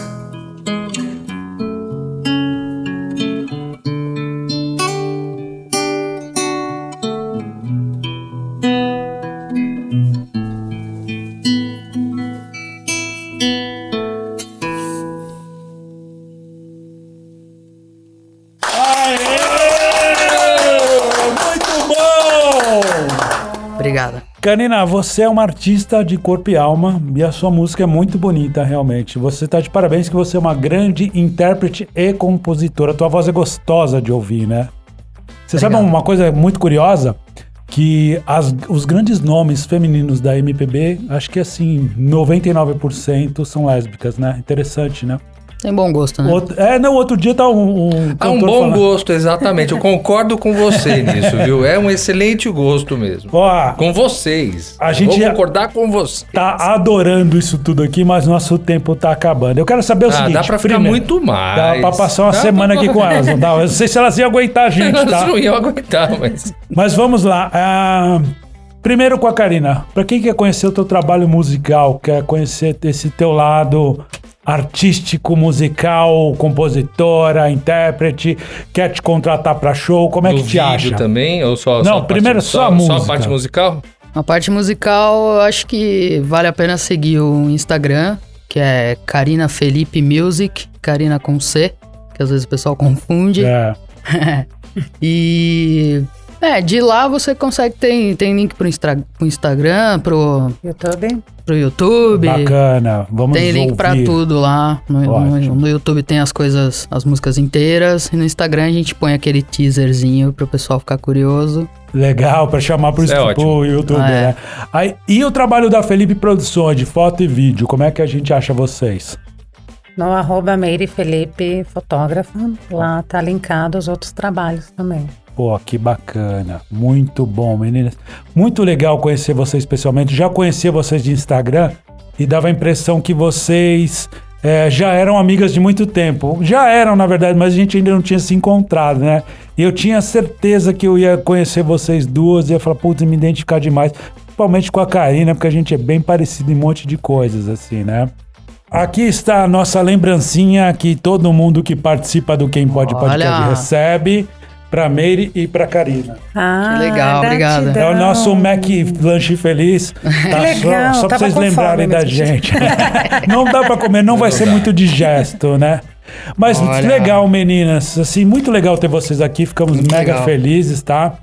Muito bom!
Obrigada.
Canina, você é uma artista de corpo e alma e a sua música é muito bonita, realmente. Você tá de parabéns que você é uma grande intérprete e compositora. Tua voz é gostosa de ouvir, né? Você sabe
Obrigado.
uma coisa muito curiosa? Que as- os grandes nomes femininos da MPB, acho que assim, 99% são lésbicas, né? Interessante, né?
Tem bom gosto, né?
Outro- é, não, outro dia tá um. um
Há Hum. um
cantor
bom
falando-
gosto, exatamente. Eu concordo
[LAUGHS]
com você nisso, viu? É um excelente gosto mesmo.
Ó,
Com vocês.
A gente
Vou
já-
concordar com você.
tá adorando isso tudo aqui, mas nosso tempo tá acabando. Eu quero saber o
Ah,
seguinte.
dá pra ficar
primeiro,
muito mais.
Dá pra passar uma
Dá
semana
pra-
aqui com elas, não dá? Eu não sei se elas iam
[LAUGHS]
aguentar a gente,
Elas
tá?
não iam aguentar, mas.
Mas vamos lá. ah, primeiro com a Karina. Pra quem quer conhecer o teu trabalho musical, quer conhecer esse teu lado artístico, musical, compositora, intérprete, quer te contratar pra show, como é
do
que te
vídeo
acha?
também? Ou só,
Não,
só a parte-
primeiro só a
Só
música.
a parte musical?
Na parte musical, eu acho que vale a pena seguir o Instagram, que é Karina Felipe Music, Karina com C, que às vezes o pessoal confunde.
É.
E. É, de lá você consegue, tem, tem link pro, Instra- pro Instagram, pro,
YouTube.
pro YouTube.
Bacana, vamos
Tem link pra
ouvir.
tudo lá. No, no-
Ótimo.
no YouTube tem as coisas, as músicas inteiras. E no Instagram a gente põe aquele teaserzinho pro pessoal ficar curioso.
Legal, pra chamar pro,
Isso é
pro
ótimo.
YouTube,
Ah, é.
né? Aí, e o trabalho da Felipe Produções de foto e vídeo, como é que a gente acha vocês?
No arroba Meire Felipe Fotógrafa. Lá tá linkado os outros trabalhos também.
Pô, que bacana. Muito bom, meninas. Muito legal conhecer vocês pessoalmente. Já conhecia vocês de Instagram e dava a impressão que vocês eh, já eram amigas de muito tempo. Já eram, na verdade, mas a gente ainda não tinha se encontrado, né? E eu tinha certeza que eu ia conhecer vocês duas e ia falar, putz, me identificar demais. Principalmente com a Karina, porque a gente é bem parecido em um monte de coisas, assim, né? Aqui está a nossa lembrancinha que todo mundo que participa do Quem Pode Podcast
Olha.
recebe para Meire e para Karina.
Ah,
Que legal, obrigada.
É o
gratidão.
nosso Mac Lanche
[LAUGHS]
Feliz. Tá
Então. legal,
só só pra
tava
vocês
com
lembrarem
fome
da
mesmo. [LAUGHS]
gente. [LAUGHS] não dá para comer, não vai
Não
ser
dá.
muito digesto, né? Mas
Olha.
legal, meninas. Assim, muito legal ter vocês aqui. Ficamos
Muito
mega
legal.
felizes, tá?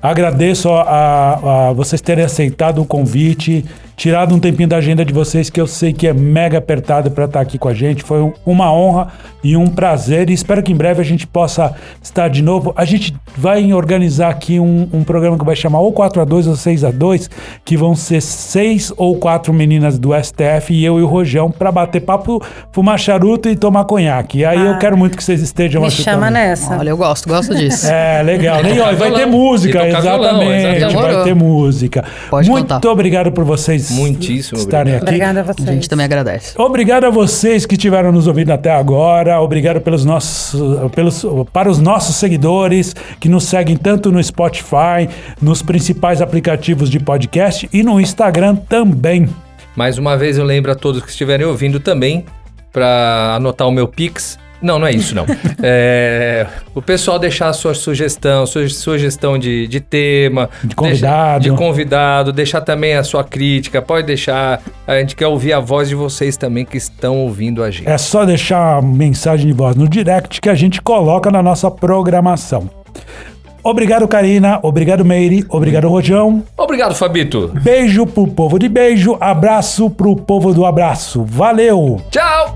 Agradeço a, a- a vocês terem aceitado o convite, tirado um tempinho da agenda de vocês, que eu sei que é mega apertado para estar aqui com a gente. Foi um- uma honra e um prazer. E espero que em breve a gente possa estar de novo. A gente vai organizar aqui um, um programa que vai chamar ou 4x2 ou 6x2, que vão ser seis ou quatro meninas do STF e eu e o Rojão para bater papo, fumar charuto e tomar conhaque. E aí eu quero muito que vocês estejam
Ah. um- Me
aqui
chama
também.
nessa.
Olha, eu gosto, gosto disso.
[LAUGHS] É, legal. E, ó,
tocar
vai
violão.
ter
E
música,
tocar violão,
exatamente.
exatamente.
Vai
Demorou.
ter música.
Pode
Muito
contar.
obrigado por vocês
Muitíssimo
estarem
obrigado.
aqui.
Obrigada a
A
vocês.
gente também agradece.
Obrigado a vocês que tiveram nos ouvindo até agora. Obrigado pelos nossos, pelos, para os nossos seguidores que nos seguem tanto no Spotify, nos principais aplicativos de podcast e no Instagram também.
Mais uma vez eu lembro a todos que estiverem ouvindo também para anotar o meu Pix. Não, não é
[LAUGHS]
isso, não. É, o pessoal deixar a sua sugestão, sua sugestão de, de tema.
De convidado.
deixa- de convidado, deixar também a sua crítica, pode deixar. A gente quer ouvir a voz de vocês também que estão ouvindo a gente.
É só deixar a mensagem de voz no direct que a gente coloca na nossa programação. Obrigado, Karina. Obrigado, Meire. Obrigado, Rojão.
Obrigado, Fabito.
Beijo pro povo de beijo, abraço pro povo do abraço. Valeu!
Tchau!